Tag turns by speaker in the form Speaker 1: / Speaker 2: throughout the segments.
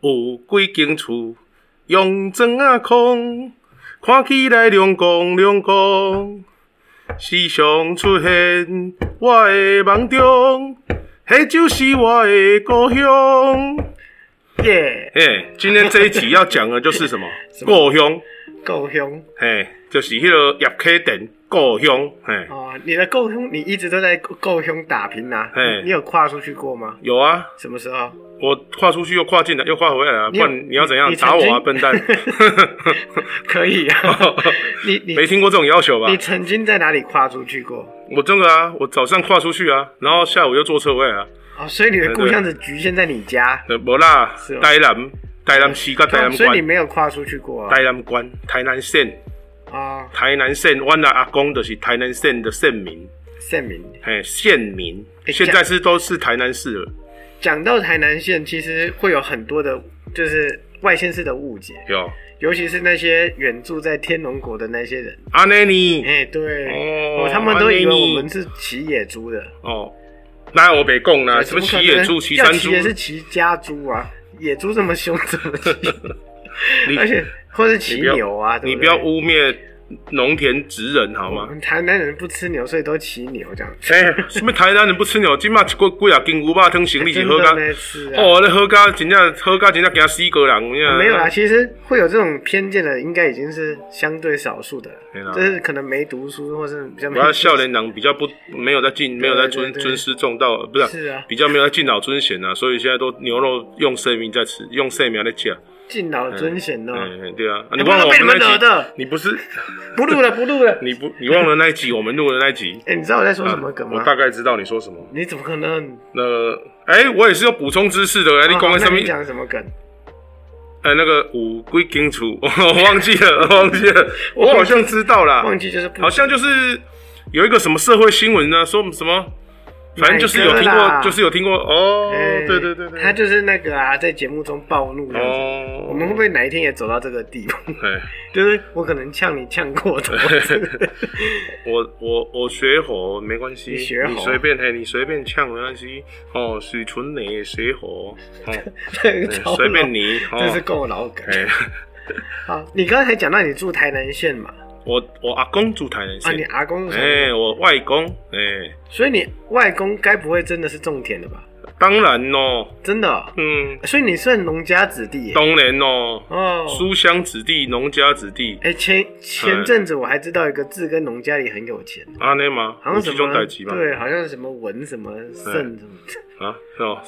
Speaker 1: 有几间厝，用砖仔空，看起来亮光亮光。时常出现我的梦中，迄就是我的故乡。
Speaker 2: 耶，
Speaker 1: 嘿，今天这一集要讲的就是什么？
Speaker 2: 什么
Speaker 1: 故乡，
Speaker 2: 故乡
Speaker 1: 嘿，就是迄个叶启田故乡，嘿，
Speaker 2: 哦，你的故乡，你一直都在故故乡打拼呐、
Speaker 1: 嘿
Speaker 2: 你你有跨出去过吗？
Speaker 1: 有啊，
Speaker 2: 什么时候？
Speaker 1: 我跨出去又跨进来，又跨回来啊，不
Speaker 2: 你有
Speaker 1: 然你要怎样
Speaker 2: 你
Speaker 1: 打我啊，笨
Speaker 2: 曾经
Speaker 1: 蛋？
Speaker 2: 可以啊， 你你
Speaker 1: 没听过这种要求吧
Speaker 2: 你？曾经在哪里跨出去过？
Speaker 1: 我真的啊，我早上跨出去啊，然后下午又坐车回来啊。
Speaker 2: 哦，所以你的
Speaker 1: 对
Speaker 2: 故乡只局限在你 家，
Speaker 1: 呃，无啦
Speaker 2: 是哦，
Speaker 1: 台南、台南市甲台南
Speaker 2: 所以你
Speaker 1: 县、
Speaker 2: 没有跨出去过啊
Speaker 1: 台。南县、台南县、
Speaker 2: 啊，
Speaker 1: 台南县，阮的阿公就是台南县的县民，
Speaker 2: 县民。
Speaker 1: 嘿，县民，
Speaker 2: 哎
Speaker 1: 现在是都是台南市了，
Speaker 2: 讲到台南县，其实会有很多的，就是外县市的误解，
Speaker 1: 有。
Speaker 2: 尤其是那些远住在天龙国的那些人。
Speaker 1: 安尼呢？
Speaker 2: 哎、对，
Speaker 1: 哦
Speaker 2: 哦，他们都以为
Speaker 1: 安妮
Speaker 2: 我们是骑野猪的。
Speaker 1: 哦，那我别讲啦，
Speaker 2: 哎
Speaker 1: 啊什么
Speaker 2: 怎
Speaker 1: 骑
Speaker 2: 可
Speaker 1: 野
Speaker 2: 能
Speaker 1: 猪、骑
Speaker 2: 要
Speaker 1: 山
Speaker 2: 骑
Speaker 1: 猪，
Speaker 2: 也是骑家猪啊，野猪这么凶，怎么骑？
Speaker 1: 你
Speaker 2: 而且或是骑
Speaker 1: 你不要
Speaker 2: 牛啊，
Speaker 1: 你
Speaker 2: 对
Speaker 1: 不
Speaker 2: 对
Speaker 1: 要污蔑农田职人好
Speaker 2: 我
Speaker 1: 吗？
Speaker 2: 们台南人不吃牛，所以都骑牛这样。
Speaker 1: 哎、什么台南人不吃牛？今嘛一个几啊斤牛肉汤行李是
Speaker 2: 真
Speaker 1: 喝
Speaker 2: 的
Speaker 1: 咖，
Speaker 2: 呢是啊，
Speaker 1: 哦，嗯那喝咖真正喝咖真正惊死个人，有啊
Speaker 2: 没有啦，，其实会有这种偏见的，应该已经是相对少数的
Speaker 1: 对啦，
Speaker 2: 就是可能没读书或是比较没
Speaker 1: 我要笑脸党比较不没有在尽没有在
Speaker 2: 对对
Speaker 1: 尊
Speaker 2: 对
Speaker 1: 尊师重道，不是、
Speaker 2: 是啊
Speaker 1: 比较没有在敬老尊贤啊，所以现在都牛肉用生命在吃，用生命在吃。
Speaker 2: 敬老尊贤哦。
Speaker 1: 嗯、对啊，啊你
Speaker 2: 不
Speaker 1: 忘了
Speaker 2: 能
Speaker 1: 我
Speaker 2: 被
Speaker 1: 那
Speaker 2: 你们
Speaker 1: 一
Speaker 2: 惹
Speaker 1: 集
Speaker 2: 的，
Speaker 1: 你不是
Speaker 2: 不录了，不录了。
Speaker 1: 你不你忘了那一集我们录的那一集。
Speaker 2: 哎，你知道我在说 什么梗
Speaker 1: 啊我
Speaker 2: 吗？
Speaker 1: 大概知道你说什么。
Speaker 2: 你怎么可能？
Speaker 1: 那哎、我也是要补充知识的。哎、你
Speaker 2: 哦
Speaker 1: 讲的
Speaker 2: 好那
Speaker 1: 什么
Speaker 2: 你？讲什么梗？
Speaker 1: 哎，那个五龟金楚， 我忘记了，我忘记 了，我好像知道啦，
Speaker 2: 忘记就是不
Speaker 1: 好像就是有一个什么社会新闻呢，说什么，反正就是有听
Speaker 2: 哪一个啦
Speaker 1: 过，就是有听过哦，
Speaker 2: 哎
Speaker 1: 对对对对，
Speaker 2: 他就是那个啊，在节目中暴怒这样子。
Speaker 1: 哦，
Speaker 2: 我们会不会哪一天也走到这个地步？
Speaker 1: 哎，
Speaker 2: 就是我可能呛你呛过头，
Speaker 1: 我我我学火没关系，
Speaker 2: 你学火
Speaker 1: 你随便嘿，你随便呛没关系哦，水纯你学 火哦，哎随便，你
Speaker 2: 真是
Speaker 1: 哦，
Speaker 2: 够老梗。
Speaker 1: 哎，
Speaker 2: 好，你刚才讲到你住台南县嘛？
Speaker 1: 我我阿公住台南
Speaker 2: 啊，你
Speaker 1: 县，
Speaker 2: 阿公是什么
Speaker 1: 哎，我外公哎，
Speaker 2: 所以你外公该不会真的是种田的吧？
Speaker 1: 当然咯，
Speaker 2: 真的哦、
Speaker 1: 嗯。
Speaker 2: 所以你算农家子弟耶
Speaker 1: 当然哦，
Speaker 2: 哦。
Speaker 1: 书香子弟、农家子弟，
Speaker 2: 哎、前前阵子我还知道一个字跟农家里很有钱，
Speaker 1: 阿内吗？
Speaker 2: 哎好像
Speaker 1: 有
Speaker 2: 什
Speaker 1: 这种代
Speaker 2: 么
Speaker 1: 志吗？
Speaker 2: 对，好像什么文什么盛什么的
Speaker 1: 啊，是哦，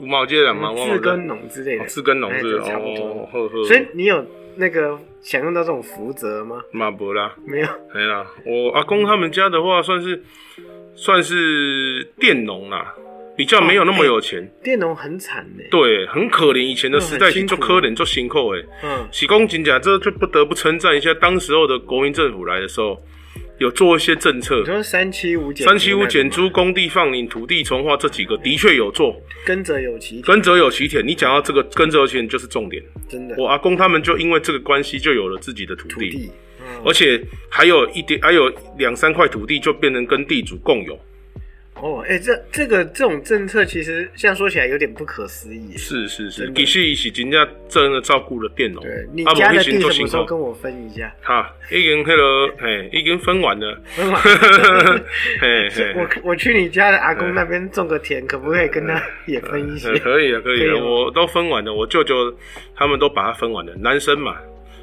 Speaker 1: 五毛街人吗？我忘了
Speaker 2: 字跟农之类的，
Speaker 1: 哦字跟农
Speaker 2: 哎
Speaker 1: 是
Speaker 2: 就差不多
Speaker 1: 哦，。呵呵。
Speaker 2: 所以你有那个享用到这种福泽吗？
Speaker 1: 嘛无啦，
Speaker 2: 没有，
Speaker 1: 哎啦，我阿公他们家的话，算是算是佃农啦，比较
Speaker 2: 哦
Speaker 1: 没有那么有钱。
Speaker 2: 佃农很惨呢。
Speaker 1: 对，很可怜，以前的时代
Speaker 2: 哎嗯很辛苦
Speaker 1: 就可怜，就辛苦哎。
Speaker 2: 嗯，
Speaker 1: 喜公金甲，这就不得不称赞一下，当时候的国民政府来的时候，有做一些政策
Speaker 2: 你，说三七五减，啊
Speaker 1: 三七五减租、，工地放领、土地重划这几个的确有做，
Speaker 2: 跟着有其田，
Speaker 1: 跟者有其田。你讲到这个跟者有其田就是重点。
Speaker 2: 真的
Speaker 1: 我阿公他们就因为这个关系就有了自己的土
Speaker 2: 土
Speaker 1: 地，
Speaker 2: 地。嗯
Speaker 1: 而且还有一点，还有两三块土地就变成跟地主共有。
Speaker 2: 哦，哎、这这个这种政策，其实这样说起来有点不可思议耶。
Speaker 1: 是是是，
Speaker 2: 真
Speaker 1: 其
Speaker 2: 的
Speaker 1: 实是真正真的照顾了佃农。
Speaker 2: 对你
Speaker 1: 啊
Speaker 2: 家
Speaker 1: 不然
Speaker 2: 的
Speaker 1: 以前
Speaker 2: 地
Speaker 1: 做
Speaker 2: 什么
Speaker 1: 辛
Speaker 2: 时候
Speaker 1: 苦
Speaker 2: 跟我分 一下？
Speaker 1: 哈，已经那个，嘿，已经分完 了。嘿嘿，
Speaker 2: 我我去你家的阿公那边种个田，可不可以跟他也分一些
Speaker 1: 呃？可以啊，可以
Speaker 2: 可以
Speaker 1: 啊，
Speaker 2: 吗
Speaker 1: 我都分完了，我舅舅他们都把它分完了。男生嘛，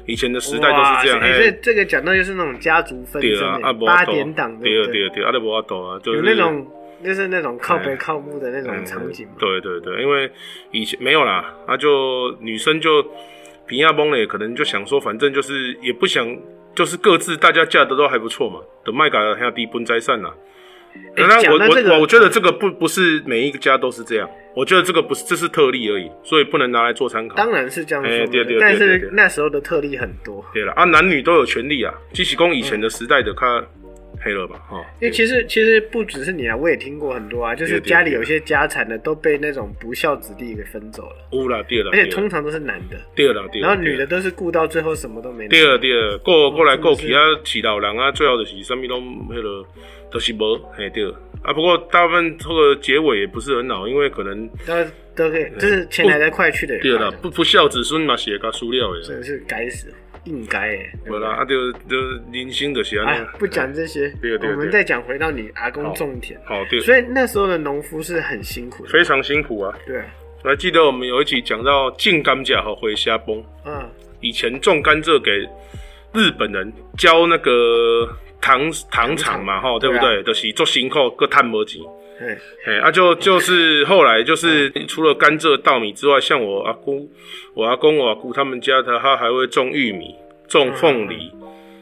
Speaker 1: 以前 的时代都
Speaker 2: 哇
Speaker 1: 是这样。
Speaker 2: 哎
Speaker 1: 嘿
Speaker 2: 这这个讲到就是那种家族纷
Speaker 1: 对
Speaker 2: 争
Speaker 1: 啊，
Speaker 2: 的
Speaker 1: 阿，伯
Speaker 2: 八点档
Speaker 1: 对
Speaker 2: 对
Speaker 1: 啊对
Speaker 2: 不对？
Speaker 1: 啊对啊，阿拉伯阿斗啊，就是
Speaker 2: 有那种就是那种靠
Speaker 1: 哎
Speaker 2: 北靠木的那种场景嘛
Speaker 1: 嗯。对对对，因为以前没有啦，啊就女生就平亚崩嘞，可能就想说，反正就是也不想，就是各自大家嫁的都还不错嘛，等麦嘎下低奔灾散啦。
Speaker 2: 哎
Speaker 1: 那
Speaker 2: 讲
Speaker 1: 我
Speaker 2: 到这
Speaker 1: 我
Speaker 2: 个
Speaker 1: 我我觉得这个不不是每一个家都是这样，我觉得这个不是这是特例而已，所以不能拿来做参考。
Speaker 2: 当然是这样说
Speaker 1: 哎对
Speaker 2: 的
Speaker 1: 对，
Speaker 2: 但
Speaker 1: 对对对
Speaker 2: 是那时候的特例很多。
Speaker 1: 对了啊，男女都有权利啊，即使供以前的时代的看黑了吧哈。
Speaker 2: 因为其实其实不只是你啊，我也听过很多啊，就是
Speaker 1: 对对
Speaker 2: 家里有些家产的都被那种不孝子弟给分走了，
Speaker 1: 有啦，对了，
Speaker 2: 而且
Speaker 1: 对啦
Speaker 2: 通常都是男的，
Speaker 1: 对了，对啦
Speaker 2: 然后女的都是顾到最后什么都没拿。
Speaker 1: 对啊，对啊，
Speaker 2: 哦
Speaker 1: 过过来过去
Speaker 2: 真
Speaker 1: 啊，饲老人啊，最后就是啥物拢迄落，就是无，嘿对，啊，不过大部分这个结尾也不是很好，因为可能
Speaker 2: 都都
Speaker 1: 哎
Speaker 2: 给，就是前来的快去的
Speaker 1: 对
Speaker 2: 人
Speaker 1: 啦，
Speaker 2: 嘛，
Speaker 1: 不不孝子孙嘛，写个输了
Speaker 2: 真
Speaker 1: 诶，
Speaker 2: 的哎是该死，应该哎，
Speaker 1: 无
Speaker 2: 对不对
Speaker 1: 啦，啊，就就人生就是安
Speaker 2: 哎
Speaker 1: 尼，，
Speaker 2: 不讲这些
Speaker 1: 对对，对
Speaker 2: 我们再讲回到你阿公种田，
Speaker 1: 好对，
Speaker 2: 哎所以那时候的农夫是很辛苦的，
Speaker 1: 非常辛苦啊。
Speaker 2: 对，
Speaker 1: 还记得我们有一集讲到进甘蔗和回虾崩，
Speaker 2: 嗯，
Speaker 1: 以前种甘蔗给日本人交那个糖糖厂嘛，吼，对不
Speaker 2: 对啊
Speaker 1: 对？就是做辛苦，搁探无钱。
Speaker 2: 对，
Speaker 1: 哎、啊就就是后来就是除了甘蔗、稻米之外，像我阿姑、我阿公、我阿姑他们家的，他还会种玉米、种凤梨，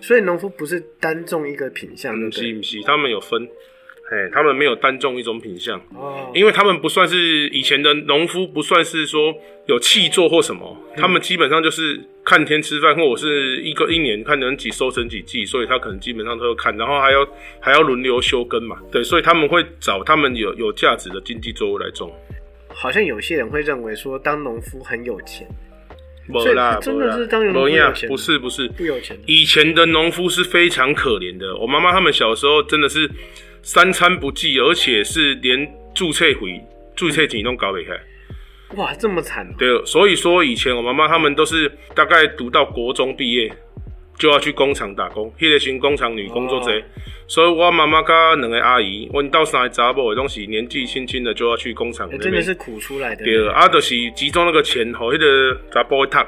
Speaker 2: 所以农夫不是单种一个品相，对
Speaker 1: 嗯，
Speaker 2: 不对
Speaker 1: 是不是？他们有分，哎、他们没有单种一种品相，
Speaker 2: 哦，
Speaker 1: 因为他们不算是以前的农夫，不算是说有契作或什么，他们基本上就是看天吃饭，或者是一个一年看能几收成几季，所以他可能基本上都要看，然后还要还要轮流休耕嘛，对，所以他们会找他们有有价值的经济作物来种。
Speaker 2: 好像有些人会认为说当农夫很有钱，
Speaker 1: 没
Speaker 2: 所以
Speaker 1: 啦，
Speaker 2: 真的是当农夫
Speaker 1: 没
Speaker 2: 有
Speaker 1: 呀
Speaker 2: 钱，
Speaker 1: 不是不是，
Speaker 2: 不有钱的，
Speaker 1: 以前的农夫是非常可怜的。我妈妈他们小时候真的是三餐不继，而且是连注册费、注册钱都搞不开。
Speaker 2: 哇，这么惨哦，
Speaker 1: 对，所以说以前我妈妈他们都是大概读到国中毕业就要去工厂打工，迄个时工厂女工作者。
Speaker 2: 哦
Speaker 1: 所以我妈妈甲两个阿姨，阮到三个查某的拢是年纪轻轻的就要去工厂
Speaker 2: 哎
Speaker 1: 那
Speaker 2: 真的
Speaker 1: 边
Speaker 2: 是。苦出来的，
Speaker 1: 对，啊，就是集中那个钱，吼，迄个查甫去读。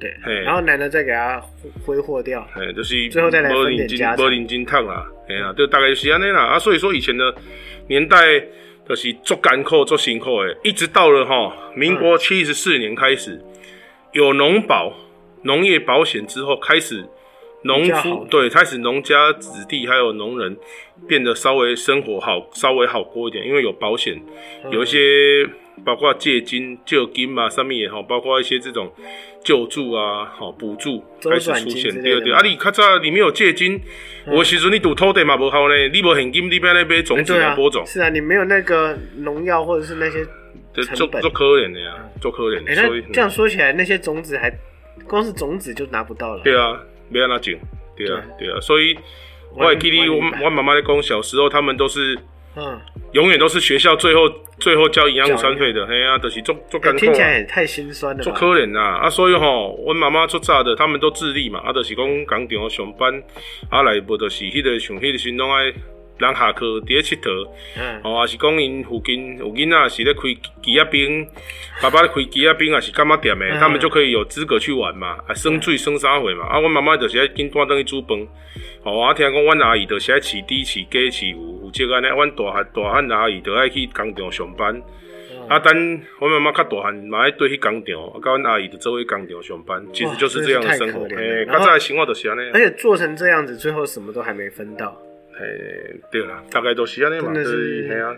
Speaker 2: 对
Speaker 1: 嘿
Speaker 2: 然后男的再给他挥霍掉，
Speaker 1: 哎，就是
Speaker 2: 最后再来
Speaker 1: 无
Speaker 2: 分点
Speaker 1: 认真
Speaker 2: 家产
Speaker 1: 无认真读啦，哎呀，就大概就是安尼啦啊，所以说以前的年代就是足艰苦、足辛苦的，一直到了哈民
Speaker 2: 嗯
Speaker 1: 国七十四年开始、有农保、农业保险之后，开始农
Speaker 2: 比较好
Speaker 1: 夫对开始农家子弟还有农人变得稍微生活好、稍微好过一点，因为有保险，
Speaker 2: 嗯
Speaker 1: 有一些包括借金、救金啊，上面也好，包括一些这种救助啊、好补助
Speaker 2: 周
Speaker 1: 开始
Speaker 2: 转
Speaker 1: 出
Speaker 2: 金
Speaker 1: 现
Speaker 2: 之。类
Speaker 1: 对
Speaker 2: 的嗯
Speaker 1: 对，
Speaker 2: 嘛
Speaker 1: 啊，你较早你没有借金，我时阵你赌土地嘛无效呢，你无现金，你要那买
Speaker 2: 哎
Speaker 1: 种子
Speaker 2: 对
Speaker 1: 来
Speaker 2: 啊
Speaker 1: 播种，，
Speaker 2: 是啊，你没有那个农药或者是那些，
Speaker 1: 就
Speaker 2: 成
Speaker 1: 做
Speaker 2: 本
Speaker 1: 做可怜的呀，做可怜
Speaker 2: 哎，
Speaker 1: 的，所以
Speaker 2: 那这样说起来，那些种子还光是种子就拿不到了，
Speaker 1: 对啊，没让他种，对啊对啊，所以我
Speaker 2: 我
Speaker 1: 还记得
Speaker 2: 我
Speaker 1: 我
Speaker 2: 明白
Speaker 1: 我妈妈在讲，小时候他们都是
Speaker 2: 嗯，
Speaker 1: 永远都是学校最后最后交营养午餐费的，哎呀，就是做做
Speaker 2: 哎
Speaker 1: 干苦
Speaker 2: 听起
Speaker 1: 啊
Speaker 2: 来。也太心酸了
Speaker 1: 做
Speaker 2: 吧，
Speaker 1: 可怜呐、啊，所以吼，阮妈妈做早的，他们都自立嘛，啊，就是讲工厂上班，啊来无就是迄、个像迄个时拢爱人下课伫咧佚佗，
Speaker 2: 嗯，
Speaker 1: 哦，啊是讲因附近有囡仔是咧开鸡仔冰，爸爸咧开鸡仔冰，啊是干嘛店的，
Speaker 2: 嗯
Speaker 1: 他们就可以有资格去玩嘛，啊生水生啥货嘛，啊，阮妈妈就是爱紧带倒去煮饭，哦，啊听讲阮阿姨就是爱饲猪、饲鸡、饲牛，有即安尼，阮大汉大汉阿姨就爱去工厂上班。
Speaker 2: 嗯
Speaker 1: 啊，等我妈妈较大汉，嘛爱对去工厂，啊，甲阮阿姨就做去工厂上班，其实就是这样的生活
Speaker 2: 哇。真的
Speaker 1: 诶，
Speaker 2: 是太可怜了哎
Speaker 1: 较早的生活就是安尼啊
Speaker 2: 而。且做成这样子，最后什么都还没分到。
Speaker 1: 诶，对啦，大概都是安尼嘛，
Speaker 2: 真的
Speaker 1: 就是是嘿啊。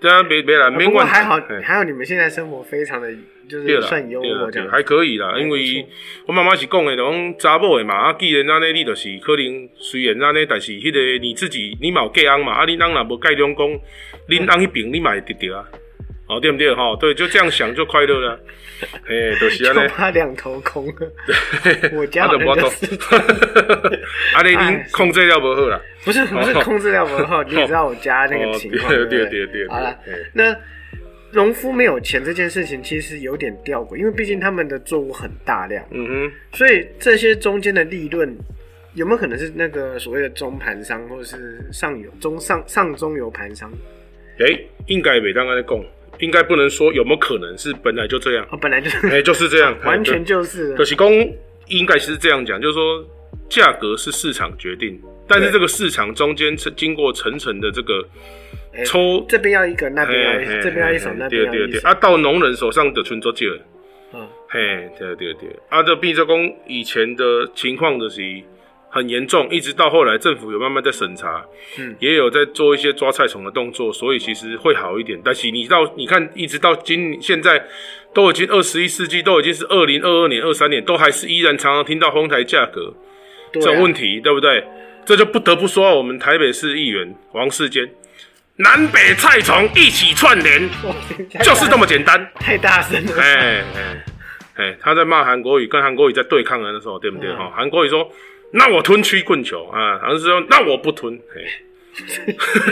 Speaker 1: 对啊，没没啦，
Speaker 2: 啊
Speaker 1: 没
Speaker 2: 不过
Speaker 1: 问题。
Speaker 2: 还好，
Speaker 1: 嘿
Speaker 2: 还好你们现在生活非常的，就
Speaker 1: 对
Speaker 2: 是
Speaker 1: 啦，
Speaker 2: 算优
Speaker 1: 对啦
Speaker 2: 渥这
Speaker 1: 对
Speaker 2: 样。
Speaker 1: 还可以啦。因为我妈妈是讲的，就讲查某的嘛，啊，既然安尼，你就是可能虽然安尼，但是迄个你自己你嘛有嫁翁嘛，啊，你翁若无嫁中讲，恁翁迄边你嘛会得着啊，哦，对不对？吼，对，就这样想就快乐 了。嘿，就是安尼
Speaker 2: 就。怕两头空。 我家
Speaker 1: 啊
Speaker 2: 好
Speaker 1: 就
Speaker 2: 像
Speaker 1: 无
Speaker 2: 就
Speaker 1: 懂
Speaker 2: 是，
Speaker 1: 啊，你
Speaker 2: 哎
Speaker 1: 你控制了无好啦，
Speaker 2: 不是不是控制量不好，你也知道我家那个情况。
Speaker 1: 哦对
Speaker 2: 不
Speaker 1: 对对对
Speaker 2: 好了
Speaker 1: 对，
Speaker 2: 那农夫没有钱这件事情其实有点吊诡，因为毕竟他们的作物很大量，
Speaker 1: 嗯
Speaker 2: 所以这些中间的利润。有没有可能是那个所谓的中盘商，或者是上游中上上中游盘商？
Speaker 1: 哼，诶，应该袂当安尼讲，应该不能说有没有可能是本来就这样，
Speaker 2: 哦，本来就是
Speaker 1: 诶，就是哎这样，
Speaker 2: 完全
Speaker 1: 就
Speaker 2: 就是
Speaker 1: 就是讲应该是这样讲，就是说价格是市场决定，但是
Speaker 2: 对
Speaker 1: 这个市场中间是经过层层的这个
Speaker 2: 哎
Speaker 1: 抽，
Speaker 2: 这边要一个，那边要
Speaker 1: 嘿
Speaker 2: 一
Speaker 1: 嘿
Speaker 2: 这边要
Speaker 1: 嘿
Speaker 2: 一手，
Speaker 1: 嘿
Speaker 2: 那边
Speaker 1: 对
Speaker 2: 要
Speaker 1: 对
Speaker 2: 一
Speaker 1: 对，
Speaker 2: 手。
Speaker 1: 啊，到农人手上的存多少？
Speaker 2: 嗯，
Speaker 1: 嘿，对对对，啊，这毕竟讲以前的情况就是很严重，一直到后来政府有慢慢在审查，
Speaker 2: 嗯
Speaker 1: 也有在做一些抓菜虫的动作，所以其实会好一点。但是你到你看，一直到今现在都已经二十一世纪，都已经是二零二二年、二三年，都还是依然常常听到哄抬价格
Speaker 2: 对
Speaker 1: 这
Speaker 2: 啊
Speaker 1: 种问题，对不对？这就不得不说啊我们台北市议员王世坚，南北菜虫一起串联，
Speaker 2: 哇
Speaker 1: 就是这么简单。
Speaker 2: 太大声了。
Speaker 1: 哎哎哎，他在骂韩国语，跟韩国语在对抗的那时候，对不对？
Speaker 2: 嗯
Speaker 1: 哈、韩国语说：“那我吞曲棍球啊！”好像是说：“那我不吞。哎”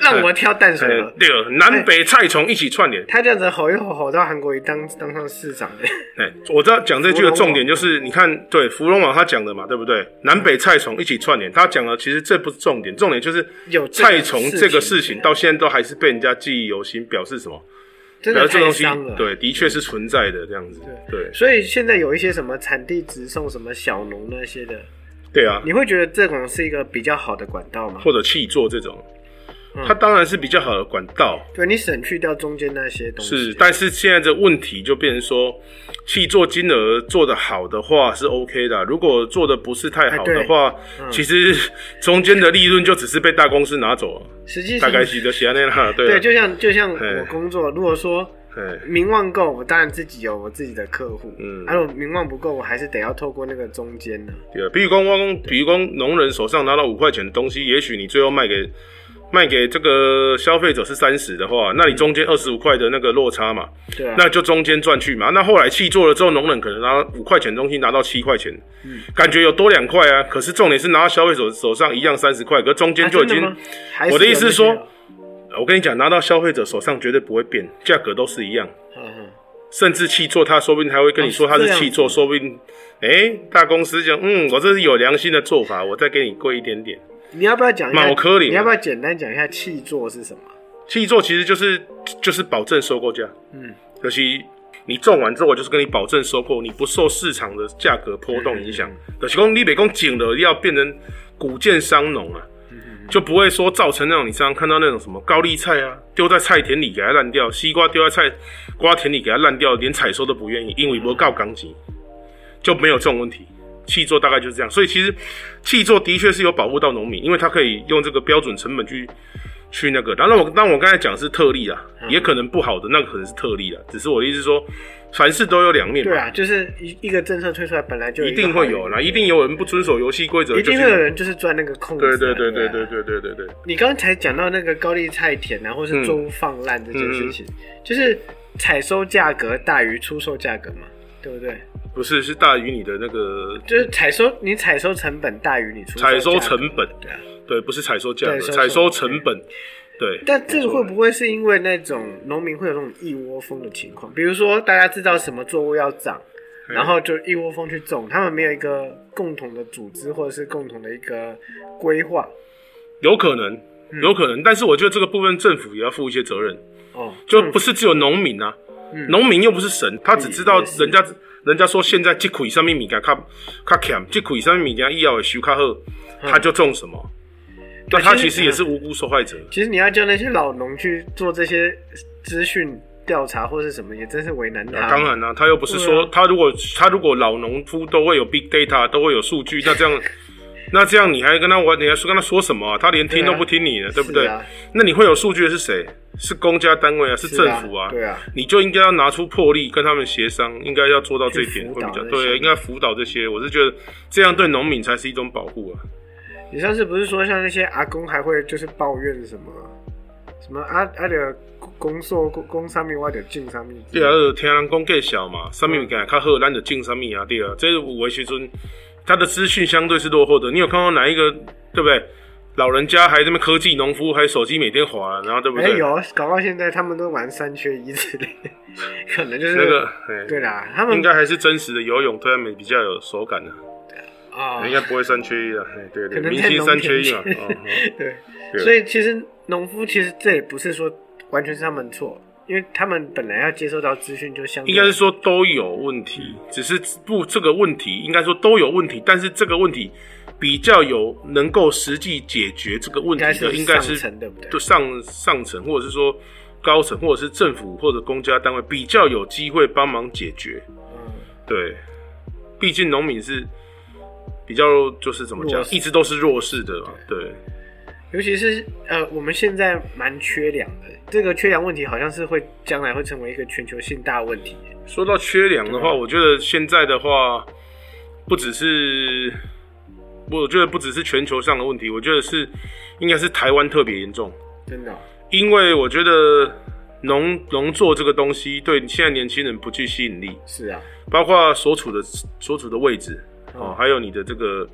Speaker 2: 让我挑淡水
Speaker 1: 呃
Speaker 2: 河。
Speaker 1: 对，南北菜虫一起串联。
Speaker 2: 他这样子吼一吼，吼到韩国瑜当当上市长的，
Speaker 1: 哎、我知道讲这句的重点就是，你看，对芙蓉网他讲的嘛，对不对？南北菜虫一起串联，他讲了，其实这不是重点，重点就是
Speaker 2: 有这个
Speaker 1: 菜虫这个事情到现在都还是被人家记忆犹新，表示什么？
Speaker 2: 真
Speaker 1: 表
Speaker 2: 的
Speaker 1: 示这
Speaker 2: 太
Speaker 1: 东西
Speaker 2: 伤了。
Speaker 1: 对，的确是存在的这样子。对
Speaker 2: 所以现在有一些什么产地直送、什么小农那些的，
Speaker 1: 对啊，
Speaker 2: 你会觉得这种是一个比较好的管道吗？
Speaker 1: 或者气作这种，
Speaker 2: 嗯
Speaker 1: 它当然是比较好的管道，
Speaker 2: 对你省去掉中间那些东西，
Speaker 1: 是，但是现在这问题就变成说，气做金额做得好的话是 OK 的啊、如果做的不是太好的
Speaker 2: 哎
Speaker 1: 话，
Speaker 2: 嗯
Speaker 1: 其实中间的利润就只是被大公司拿 走啊，
Speaker 2: 实际
Speaker 1: 大
Speaker 2: 上
Speaker 1: 概是就写那啦， 对
Speaker 2: 对，
Speaker 1: 啊，
Speaker 2: 就像就像
Speaker 1: 嘿
Speaker 2: 我工作，如果说
Speaker 1: 哎，
Speaker 2: 名望够，我当然自己有我自己的客户，
Speaker 1: 嗯
Speaker 2: 嗯，啊，如果名望不够，我还是得要透过那个中间呢、
Speaker 1: 对啊，比如讲，我讲，比如讲，农人手上拿到五块钱的东西，也许你最后卖给卖给这个消费者是三十的话，那你中间二十五块的那个落差嘛，
Speaker 2: 对啊，
Speaker 1: 那就中间赚去嘛。那后来气做了之后，农人可能拿五块钱的东西拿到七块钱，感觉有多两块啊。可是重点是拿到消费者手上一样三十块，可中间
Speaker 2: 啊
Speaker 1: 就已
Speaker 2: 真
Speaker 1: 经、
Speaker 2: 的吗还
Speaker 1: 我的意
Speaker 2: 有
Speaker 1: 思
Speaker 2: 那
Speaker 1: 是说
Speaker 2: 些哦
Speaker 1: 我跟你讲，拿到消费者手上绝对不会变，价格都是一样。
Speaker 2: 嗯嗯
Speaker 1: 甚至气做，他说不定还会跟你说
Speaker 2: 哦
Speaker 1: 他
Speaker 2: 这
Speaker 1: 是
Speaker 2: 样
Speaker 1: 气做，说不定，哎、大公司讲，嗯，我这是有良心的做法，我再给你贵一点点。
Speaker 2: 你要不要讲一下？
Speaker 1: 脑壳里
Speaker 2: 你要不要简单讲一下气座是什么？
Speaker 1: 气做其实就是就是保证收购价，
Speaker 2: 嗯，
Speaker 1: 可惜你种完之后，我就是跟你保证收购，你不受市场的价格波动影响。就是讲你北讲紧的要变成谷贱伤农啊，就不会说造成那种你常常看到那种什么高丽菜啊，丢在菜田里给它烂掉，西瓜丢在菜瓜田里给它烂掉，连采收都不愿意，因为不告钢筋，就没有这种问题。气作大概就是这样，所以其实气作的确是有保护到农民，因为它可以用这个标准成本去去那个。然后我当然我刚才讲是特例啦，
Speaker 2: 嗯
Speaker 1: 也可能不好的那个可能是特例啦，只是我的意思是说，凡事都有两面嘛，
Speaker 2: 对啊，就是一一个政策推出来，本来就有
Speaker 1: 一
Speaker 2: 个
Speaker 1: 定会有
Speaker 2: 好
Speaker 1: 啦，一定有人不遵守游戏规则，
Speaker 2: 的，一
Speaker 1: 就
Speaker 2: 定
Speaker 1: 是
Speaker 2: 会有人就是钻那个空子啊、
Speaker 1: 对对对对
Speaker 2: 啊
Speaker 1: 对对对对对，
Speaker 2: 你刚才讲到那个高丽菜田啊，或是作物放烂这件事
Speaker 1: 嗯
Speaker 2: 情，就是采收价格大于出售价格嘛，对不对？
Speaker 1: 不是是大于你的那个
Speaker 2: 就是采收，你采收成本大于你出售价格
Speaker 1: 采收成本，
Speaker 2: 对啊。
Speaker 1: 对，不是采收价格，
Speaker 2: 对收
Speaker 1: 采收
Speaker 2: 收
Speaker 1: 成本，对。
Speaker 2: 但这个会
Speaker 1: 没错
Speaker 2: 不会是因为那种农民会有那种一窝蜂的情况？比如说大家知道什么作物要涨，然后就一窝蜂去种，他们没有一个共同的组织或者是共同的一个规划。
Speaker 1: 有可能，
Speaker 2: 嗯
Speaker 1: 有可能，但是我觉得这个部分政府也要负一些责任，
Speaker 2: 哦，嗯
Speaker 1: 就不是只有农民啊，农民又不是神，他只知道
Speaker 2: 也是
Speaker 1: 人家人家说现在这块上面物件较较强，这块上面物件以后会收较好，他就种什么。那他其
Speaker 2: 嗯哎其实
Speaker 1: 实也是无辜受害者，
Speaker 2: 其实你要叫那些老农去做这些资讯调查或是什么，也真是为难他。
Speaker 1: 啊当，然啦、他又不是
Speaker 2: 对
Speaker 1: 说、
Speaker 2: 啊
Speaker 1: 他如果他如果老农夫都会有 big data，都会有数 据，那这样那这样你还跟他玩，你还说跟他说什么啊？他连听
Speaker 2: 对啊
Speaker 1: 都不听你的，对不对？
Speaker 2: 是啊
Speaker 1: 那你会有数据的是谁？是公家单位啊，是政府啊？
Speaker 2: 对啊，
Speaker 1: 你就应该要拿出魄力跟他们协商，应该要做到这一点
Speaker 2: 去
Speaker 1: 会
Speaker 2: 辅导
Speaker 1: 比较
Speaker 2: 这
Speaker 1: 对，
Speaker 2: 些
Speaker 1: 应该辅导这些。我是觉得这样对农民才是一种保护啊。
Speaker 2: 你上次不是说像那些阿公还会就是抱怨什么什么啊啊的工作工工上面我点进上面，
Speaker 1: 对啊，就是听人讲介绍嘛，上面物件较
Speaker 2: 嗯
Speaker 1: 好，咱就种上面啊，对啊。这是有的时阵，他的资讯相对是落后的。你有看到哪一个对不对？老人家还这么科技农夫，还手机每天滑，然后对不
Speaker 2: 哎、
Speaker 1: 对？
Speaker 2: 有，搞到现在他们都玩三缺一之 类的，可能就是
Speaker 1: 那个，哎
Speaker 2: 对啦，他
Speaker 1: 应
Speaker 2: 们
Speaker 1: 该还是真实的游泳，对他们比较有手感的、
Speaker 2: 啊、
Speaker 1: 应该不会三缺一的。哎对对，
Speaker 2: 可能
Speaker 1: 明
Speaker 2: 在
Speaker 1: 星
Speaker 2: 农
Speaker 1: 三缺一嘛。
Speaker 2: 田
Speaker 1: 哦哦
Speaker 2: 对，
Speaker 1: 对
Speaker 2: 所以其实农夫其实这也不是说完全是他们错，因为他们本来要接受到资讯就相对
Speaker 1: 应该是说都有问题，只是不这个问题应该说都有问题，但是这个问题比较有能够实际解决这个问题的，应
Speaker 2: 应
Speaker 1: 该
Speaker 2: 该
Speaker 1: 是
Speaker 2: 是上层对不对
Speaker 1: 就上上层或者是说高层或者是政府或者公家单位比较有机会帮忙解决。
Speaker 2: 嗯
Speaker 1: 对，毕竟农民是比较就是怎么讲
Speaker 2: 弱，势
Speaker 1: 一直都是弱势的嘛。对，
Speaker 2: 尤其是呃，我们现在蛮缺粮的，这个缺粮问题好像是会将来会成为一个全球性大问题。
Speaker 1: 说到缺粮的
Speaker 2: 啊
Speaker 1: 话，我觉得现在的话，不只是，我觉得不只是全球上的问题，我觉得是应该是台湾特别严重，
Speaker 2: 真的哦、
Speaker 1: 因为我觉得农农作这个东西对现在年轻人不具吸引力，
Speaker 2: 是啊，
Speaker 1: 包括所处的所处的位置哦，还有你的这个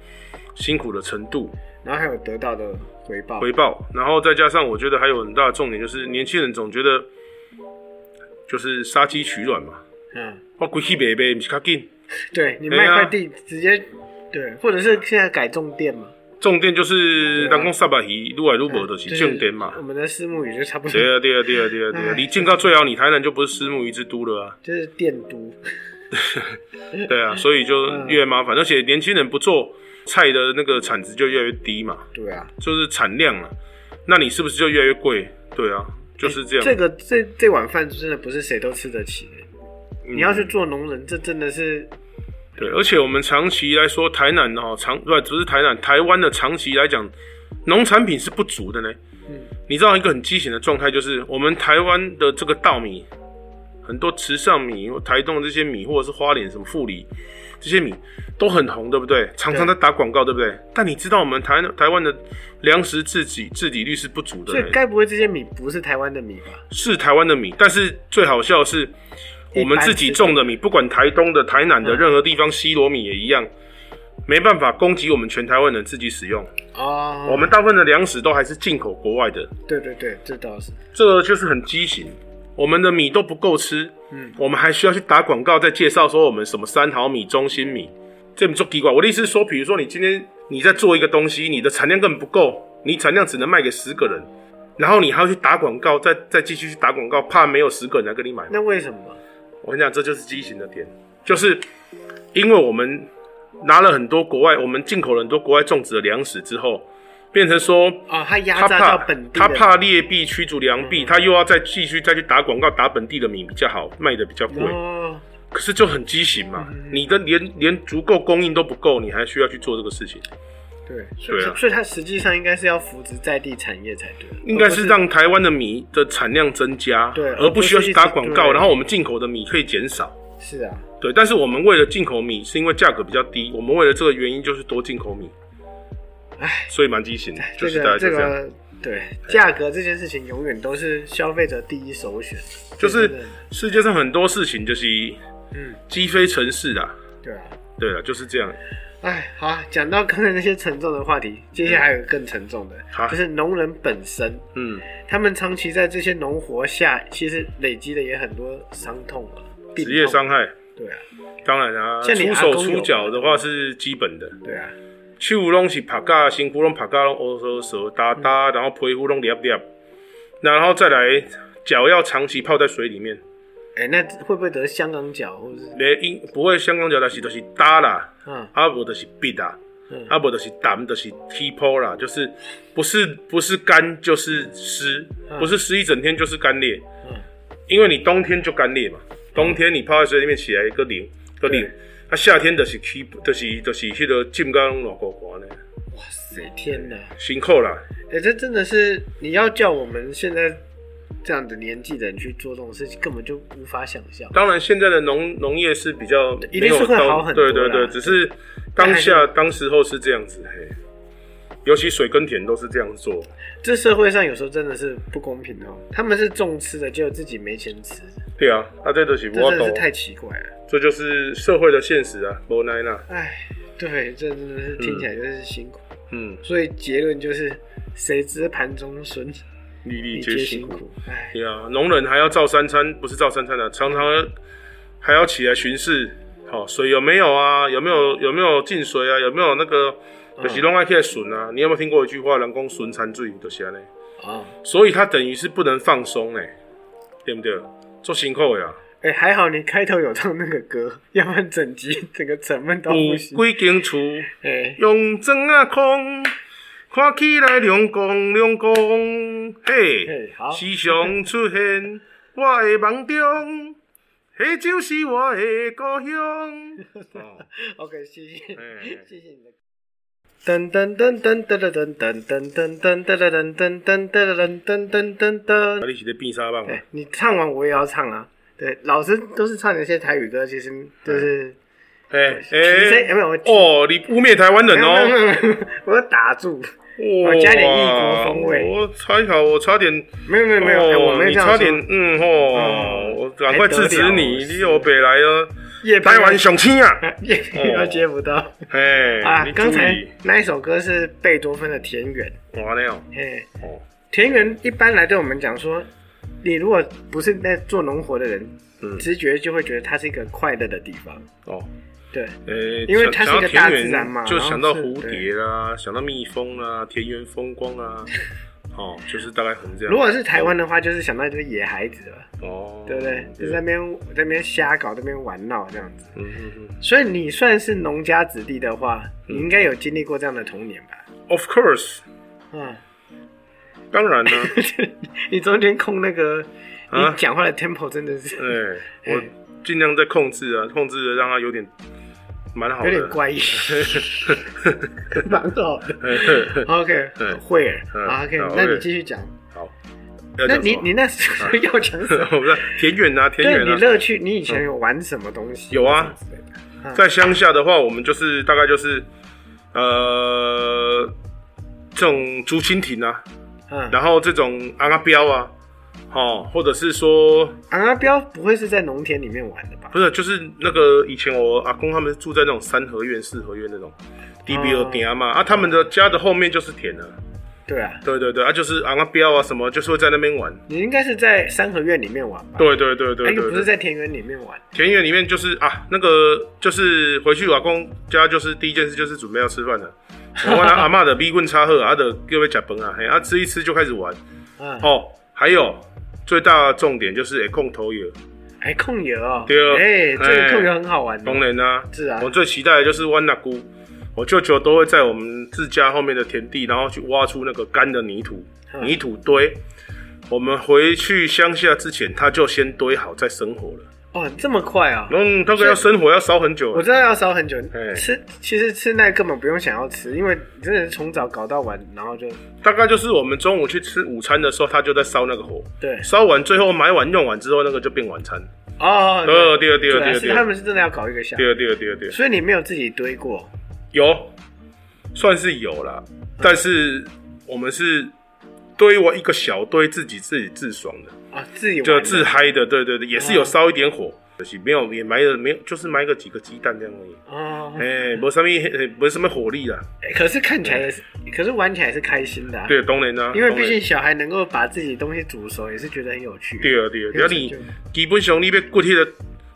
Speaker 1: 辛苦的程度，
Speaker 2: 然后还有得到的回报。
Speaker 1: 回报，然后再加上我觉得还有很大的重点就是年轻人总觉得就是杀鸡取卵嘛，
Speaker 2: 嗯，
Speaker 1: 我规气白白，不是较紧。
Speaker 2: 对你
Speaker 1: 对
Speaker 2: 卖
Speaker 1: 啊
Speaker 2: 块地直接对，或者是现在改种店嘛，
Speaker 1: 重点就是
Speaker 2: 对啊
Speaker 1: 人讲三百鱼，愈来愈无，
Speaker 2: 嗯
Speaker 1: 就是重点嘛
Speaker 2: 我。们的私募语就差不多，
Speaker 1: 对啊，对啊，对啊，对啊，对啊！
Speaker 2: 哎
Speaker 1: 你进到最好，你台南就不是私募鱼之都了啊。
Speaker 2: 就是店都。
Speaker 1: 对啊，所以就越麻烦，而且年轻人不做菜的那个产值就越来越低嘛，
Speaker 2: 对啊，
Speaker 1: 就是产量啊。那你是不是就越来越贵？对啊，就是这样。
Speaker 2: 哎这个这这碗饭真的不是谁都吃得起。
Speaker 1: 嗯
Speaker 2: 你要是做农人，这真的是
Speaker 1: 对，而且我们长期来说，台南哦，长不不是台南，台湾的长期来讲，农产品是不足的呢。
Speaker 2: 嗯
Speaker 1: 你知道一个很畸形的状态，就是我们台湾的这个稻米，很多池上米、台东的这些米，或者是花莲什么富里这些米都很红，对不对？常常在
Speaker 2: 对
Speaker 1: 打广告，对不对？但你知道我们台台湾的粮食自给自给率是不足的
Speaker 2: 所
Speaker 1: 呢，
Speaker 2: 以该不会这些米不是台湾的米吧？
Speaker 1: 是台湾的米，但是最好笑的是，我们自己种的米，不管台东的、台南的
Speaker 2: 嗯
Speaker 1: 任何地方，西罗米也一样，没办法供给我们全台湾人自己使用。
Speaker 2: 哦，
Speaker 1: 我们大部分的粮食都还是进口国外的，
Speaker 2: 对对对，这倒是
Speaker 1: 这个就是很畸形。我们的米都不够吃，
Speaker 2: 嗯
Speaker 1: 我们还需要去打广告，再介绍说我们什么三毫米、中心米，这么做奇怪。我的意思是说，比如说你今天你在做一个东西，你的产量根本不够，你产量只能卖给十个人，然后你还要去打广告，再再继续去打广告，怕没有十个人来跟你买。
Speaker 2: 那为什么？
Speaker 1: 我跟你讲，这就是畸形的点，就是因为我们拿了很多国外，我们进口了很多国外种植的粮食之后，变成说
Speaker 2: 哦，它压
Speaker 1: 他
Speaker 2: 榨
Speaker 1: 怕
Speaker 2: 到本地
Speaker 1: 他
Speaker 2: 的，嗯
Speaker 1: 怕劣币驱逐良币，他又要再继续再去打广告，打本地的米比较好，卖的比较贵。
Speaker 2: 哦，嗯
Speaker 1: 可是就很畸形嘛，你的连连足够供应都不够，你还需要去做这个事情，
Speaker 2: 对，所以
Speaker 1: 对啊
Speaker 2: 所以它实际上应该是要扶植在地产业才对，
Speaker 1: 应该
Speaker 2: 而不
Speaker 1: 是让台湾的米的产量增加，
Speaker 2: 哦对
Speaker 1: 而不需要去打广
Speaker 2: 而不是一
Speaker 1: 告，
Speaker 2: 直
Speaker 1: 然后我们进口的米可以减少。
Speaker 2: 是啊，
Speaker 1: 对，但是我们为了进口米，是因为价格比较低，我们为了这个原因就是多进口米，
Speaker 2: 唉，
Speaker 1: 所以蛮畸形的，就
Speaker 2: 这
Speaker 1: 是大概
Speaker 2: 个
Speaker 1: 就
Speaker 2: 这
Speaker 1: 这样。
Speaker 2: 个对价格这件事情永远都是消费者第一首选，
Speaker 1: 就是
Speaker 2: 这真的
Speaker 1: 世界上很多事情就是
Speaker 2: 嗯，
Speaker 1: 鸡飞城市啦，
Speaker 2: 对啊。
Speaker 1: 对了，就是这样。
Speaker 2: 哎，好啊，讲到刚才那些沉重的话题，接下来还有更沉重的，
Speaker 1: 好
Speaker 2: 就是农人本身，
Speaker 1: 嗯，
Speaker 2: 他们长期在这些农活下，其实累积的也很多伤痛了，病
Speaker 1: 职业
Speaker 2: 痛
Speaker 1: 伤害，
Speaker 2: 对啊，
Speaker 1: 当然啊，
Speaker 2: 像你
Speaker 1: 出
Speaker 2: 阿
Speaker 1: 手
Speaker 2: 公有
Speaker 1: 出脚的话是基本的。
Speaker 2: 对啊，
Speaker 1: 手拢是拍架，身躯拢拍架拢乌索索哒
Speaker 2: 嗯
Speaker 1: 哒，然后皮肤拢裂裂，然后再来脚要长期泡在水里面。
Speaker 2: 哎、那会不会得香港脚，或者是
Speaker 1: 咧因不会香港脚，但是就是搭啦，
Speaker 2: 嗯
Speaker 1: 啊无就是闭啦，
Speaker 2: 嗯
Speaker 1: 啊无就是淡，就是起泡啦，就是不是不是干就是湿，不是湿一整天就是干裂，
Speaker 2: 嗯，
Speaker 1: 因为你冬天就干裂嘛，冬天你泡在水里面起来一个零一个零
Speaker 2: 嗯对，
Speaker 1: 啊夏天就是起就是就是迄个浸到拢热乎汗呢，
Speaker 2: 哇塞，天哪！
Speaker 1: 辛苦啦。
Speaker 2: 哎、这真的是你要叫我们现在这样的年纪的人去做这种事情，根本就无法想象。
Speaker 1: 当然，现在的农农业是比较
Speaker 2: 一定是会
Speaker 1: 没有到
Speaker 2: 好很多啦
Speaker 1: 对对对，只是当下当时候是这样子，嘿，尤其水跟田都是这样做，
Speaker 2: 这社会上有时候真的是不公平哦，他们是种吃的，结果自己没钱吃，
Speaker 1: 对啊，啊这都是
Speaker 2: 这
Speaker 1: 我
Speaker 2: 真的
Speaker 1: 懂
Speaker 2: 是，太奇怪了。
Speaker 1: 这就是社会的现实啊，无奈啦，
Speaker 2: 哎，对，这真的是听起来就是辛苦。
Speaker 1: 嗯，
Speaker 2: 所以结论就是，谁知盘中飧，
Speaker 1: 粒粒
Speaker 2: 你
Speaker 1: 皆
Speaker 2: 皆
Speaker 1: 辛
Speaker 2: 辛
Speaker 1: 苦，
Speaker 2: 苦。哎，
Speaker 1: 对啊，农人还要照三餐，不是照三餐啊，常常还要起来巡视，好、水有没有啊？有没有有没有进水啊？有没有那个？
Speaker 2: 嗯
Speaker 1: 就是拢爱起来巡啊！你有没有听过一句话？人讲巡餐最就是安尼。
Speaker 2: 哦，
Speaker 1: 所以他等于是不能放松哎、对不对？做辛苦呀、啊，
Speaker 2: 哎，还好你开头有唱那个歌，要不然整集整个沉闷到不
Speaker 1: 有
Speaker 2: 行。
Speaker 1: 几间厝
Speaker 2: 哎，
Speaker 1: 用砖啊空，看起来亮光亮光，嘿，
Speaker 2: 嘿，好，
Speaker 1: 时常出现我的梦中，迄就是我的故 乡。哦
Speaker 2: OK，谢谢
Speaker 1: 哎，
Speaker 2: 谢谢你的。噔噔噔噔噔噔噔噔噔噔噔噔噔噔噔噔噔噔噔
Speaker 1: 啊，
Speaker 2: 噔。
Speaker 1: 你是在变啥棒啊
Speaker 2: 对？你唱完我也要唱啊。对，老师都是唱那些台语歌，其实就是
Speaker 1: 哎
Speaker 2: 提升有没有？
Speaker 1: 哦，你污蔑台湾人
Speaker 2: 没
Speaker 1: 哦！
Speaker 2: 有，没有没有我要打住。
Speaker 1: 哇，
Speaker 2: 加点异国风味
Speaker 1: 我猜好，我差点
Speaker 2: 没有没有没有，哎我
Speaker 1: 哦，
Speaker 2: 没有
Speaker 1: 你
Speaker 2: 这样
Speaker 1: 差
Speaker 2: 说
Speaker 1: 点，嗯哦，
Speaker 2: 嗯
Speaker 1: 我赶快制止你，
Speaker 2: 还得了
Speaker 1: 你有北来了，哦
Speaker 2: 夜
Speaker 1: 台湾上青啊，
Speaker 2: 夜配都接不到
Speaker 1: 嘿，
Speaker 2: 啊
Speaker 1: 你！
Speaker 2: 刚
Speaker 1: 注
Speaker 2: 才
Speaker 1: 意
Speaker 2: 那一首歌是贝多芬的《田园
Speaker 1: 哇那样》，
Speaker 2: 嘿，
Speaker 1: 哦，
Speaker 2: 田园一般来对我们讲说，你如果不是在做农活的人，
Speaker 1: 嗯，
Speaker 2: 直觉就会觉得它是一个快乐的地方。
Speaker 1: 哦，
Speaker 2: 对，
Speaker 1: 诶，
Speaker 2: 因为
Speaker 1: 想
Speaker 2: 它是
Speaker 1: 想到
Speaker 2: 一个大
Speaker 1: 田园
Speaker 2: 自然嘛
Speaker 1: 就
Speaker 2: 然后
Speaker 1: 想到
Speaker 2: 是
Speaker 1: 蝴蝶啦，想到蜜蜂啦，田园风光 啊，哦，就是大概可能这样。
Speaker 2: 如果是台湾的话，就是想到就是野孩子了，
Speaker 1: 哦，
Speaker 2: 对不对？就是在那边在那边瞎搞，在那边玩闹这样子。
Speaker 1: 嗯嗯嗯
Speaker 2: 所以你算是农家子弟的话，你应该有经历过这样的童年吧？
Speaker 1: ，Of course，
Speaker 2: 嗯，
Speaker 1: 当然 呢，
Speaker 2: 你中间空那个，
Speaker 1: 啊
Speaker 2: 你讲话的 tempo 真的是
Speaker 1: 哎，我尽量在控制啊，控制的让它有点蛮好
Speaker 2: 有
Speaker 1: 的，
Speaker 2: 点怪异，蛮好的。OK，
Speaker 1: 对
Speaker 2: 会儿
Speaker 1: 嗯
Speaker 2: 好，OK，
Speaker 1: 好
Speaker 2: 那你
Speaker 1: OK
Speaker 2: 继续讲。
Speaker 1: 好，要
Speaker 2: 那
Speaker 1: 讲什
Speaker 2: 你
Speaker 1: 么
Speaker 2: 你那时候要讲什么？
Speaker 1: 我不知道田园啊，田
Speaker 2: 对
Speaker 1: 园
Speaker 2: 你
Speaker 1: 啊，
Speaker 2: 乐趣，你以前有玩什么东西？
Speaker 1: 有啊
Speaker 2: 之类的，
Speaker 1: 在乡下的话，我们就是大概就是呃这种竹蜻蜓啊，
Speaker 2: 嗯，
Speaker 1: 然后这种阿阿彪啊，哦，或者是说
Speaker 2: 昂阿彪不会是在农田里面玩的吧？
Speaker 1: 不是就是那个以前我阿公他们住在那种三合院、四合院那种地比尔顶啊
Speaker 2: 哦
Speaker 1: 嘛，啊他们的家的后面就是田啊，
Speaker 2: 对啊，
Speaker 1: 对对对，啊就是阿阿彪啊什么，就是会在那边玩。
Speaker 2: 你应该是在三合院里面玩吧？
Speaker 1: 对对对对
Speaker 2: 哎，
Speaker 1: 对
Speaker 2: 又不是
Speaker 1: 对
Speaker 2: 在田园里面玩。
Speaker 1: 田园里面就是啊，那个就是回去我阿公家，就是第一件事就是准备要吃饭了。我问他阿嬷的米棍插喝，阿的各位吃崩啊，嘿，啊吃一吃就开始玩
Speaker 2: 嗯，
Speaker 1: 哦。还有最大的重点就是哎控头也
Speaker 2: 哎，控油哦，
Speaker 1: 对
Speaker 2: 哎，
Speaker 1: 哦
Speaker 2: 这个
Speaker 1: 哎
Speaker 2: 控油很好玩的
Speaker 1: 当。然啦、
Speaker 2: 嗯是啊
Speaker 1: 我最期待的就是弯那姑，我舅舅都会在我们自家后面的田地，然后去挖出那个干的泥土，
Speaker 2: 嗯
Speaker 1: 泥土堆。我们回去乡下之前，他就先堆好再生火了。
Speaker 2: 哦，这么快啊！
Speaker 1: 嗯，那个要生火要烧很久
Speaker 2: 我。知道要烧很久
Speaker 1: 哎，
Speaker 2: 吃其实吃那根本不用想要吃，因为你真的是从早搞到晚，然后就
Speaker 1: 大概就是我们中午去吃午餐的时候，他就在烧那个火，
Speaker 2: 对
Speaker 1: 烧完最后买完用完之后，那个就变晚餐。
Speaker 2: 哦，
Speaker 1: 呃，第二第二第
Speaker 2: 对啊，
Speaker 1: 二
Speaker 2: 是
Speaker 1: 第
Speaker 2: 他
Speaker 1: 二
Speaker 2: 们是真的要搞一个下，
Speaker 1: 第二第二第二第二
Speaker 2: 所以你没有自己堆过，
Speaker 1: 有，算是有啦，但是我们是堆完一个小堆，自己自己自爽的。
Speaker 2: 啊，自己玩
Speaker 1: 就
Speaker 2: 的
Speaker 1: 自嗨的，对对对，也是有
Speaker 2: 哦
Speaker 1: 烧一点火，可惜没有也埋了没有，就是埋个几个鸡蛋这样而已。
Speaker 2: 哦，
Speaker 1: 哎、没什么，呃没什么火力啦。
Speaker 2: 哎可是看起来也是，可是玩起来是开心的、啊，，
Speaker 1: 对，当然啦、
Speaker 2: 因为毕
Speaker 1: 当然
Speaker 2: 竟小孩能够把自己东西煮熟，也是觉得很有趣。
Speaker 1: 对啊对啊，只要
Speaker 2: 有成
Speaker 1: 你
Speaker 2: 就
Speaker 1: 基本上你被骨贴的，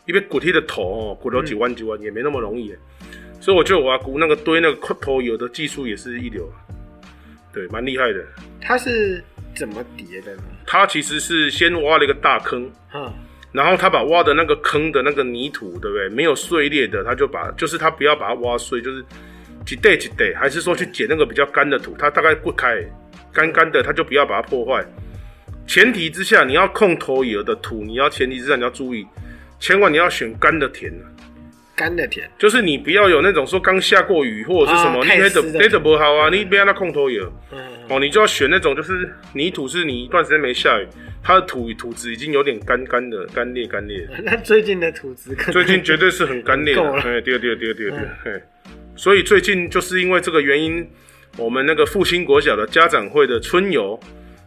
Speaker 1: 你被骨贴的头哦，骨头几弯几弯也没那么容易耶。所以我觉得我阿姑那个堆那个骨头油的技术也是一流啊，对，蛮厉害的。
Speaker 2: 它是怎么叠的呢？
Speaker 1: 他其实是先挖了一个大坑，
Speaker 2: 嗯，
Speaker 1: 然后他把挖的那个坑的那个泥土，对不对？没有碎裂的，他就把就是他不要把它挖碎，就是几袋几袋，还是说去捡那个比较干的土，它大概滚开，干干的，他就不要把它破坏。前提之下，你要控头有的土，你要前提之下你要注意，千万你要选干的田啊
Speaker 2: 干的田，
Speaker 1: 就是你不要有那种说刚下过雨或者是什么，
Speaker 2: 啊
Speaker 1: 你
Speaker 2: 太
Speaker 1: 黑的
Speaker 2: 湿的
Speaker 1: 黑的不好啊，你不要那控头有。
Speaker 2: 嗯，
Speaker 1: 哦，你就要选那种就是泥土是你一段时间没下雨，它的土土质已经有点干干的，干裂干裂的。
Speaker 2: 那最近的土质可能
Speaker 1: 最近绝对是很干裂的
Speaker 2: 够，了嗯
Speaker 1: 哎，对对对对对，哎，所以最近就是因为这个原因，我们那个复兴国小的家长会的春游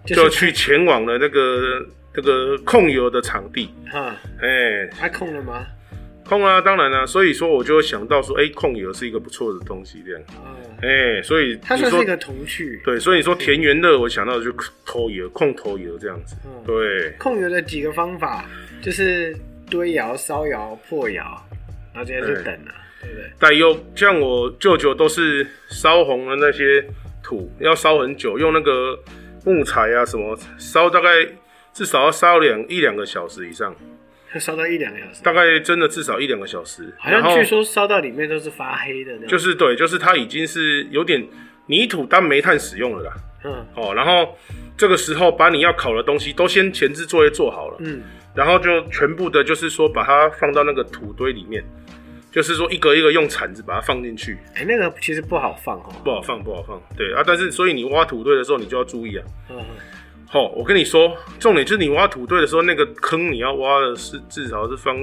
Speaker 2: 就是
Speaker 1: 就去前往了那个那个控油的场地，
Speaker 2: 啊，
Speaker 1: 哎，
Speaker 2: 它空了吗？
Speaker 1: 控啊，当然啦、所以说我就会想到说，哎，控油是一个不错的东西，这样，
Speaker 2: 嗯，
Speaker 1: 哎，所以
Speaker 2: 它
Speaker 1: 你
Speaker 2: 算是
Speaker 1: 说
Speaker 2: 一个童趣。
Speaker 1: 对，所以你说田园乐，我想到的就头油控头油这样子，
Speaker 2: 嗯
Speaker 1: 对，
Speaker 2: 控油的几个方法就是堆窑、烧窑、破窑，然后这些是等啊，对不对？
Speaker 1: 但又像我舅舅都是烧红的那些土，要烧很久，用那个木材啊什么烧，大概至少要烧两一两个小时以上，
Speaker 2: 要烧到一两个小时，
Speaker 1: 大概真的至少一两个小时。
Speaker 2: 好像
Speaker 1: 然后
Speaker 2: 据说烧到里面都是发黑的那种。
Speaker 1: 就是对，就是它已经是有点泥土当煤炭使用了啦。
Speaker 2: 嗯
Speaker 1: 哦，然后这个时候把你要烤的东西都先前置作业做好了，
Speaker 2: 嗯，
Speaker 1: 然后就全部的就是说把它放到那个土堆里面，就是说一个一个用铲子把它放进去。
Speaker 2: 哎、那个其实不好放哦。
Speaker 1: 不好放，不好放。对啊，但是所以你挖土堆的时候，你就要注意啊。
Speaker 2: 嗯
Speaker 1: 好、我跟你说，重点就是你挖土堆的时候，那个坑你要挖的是至少是方，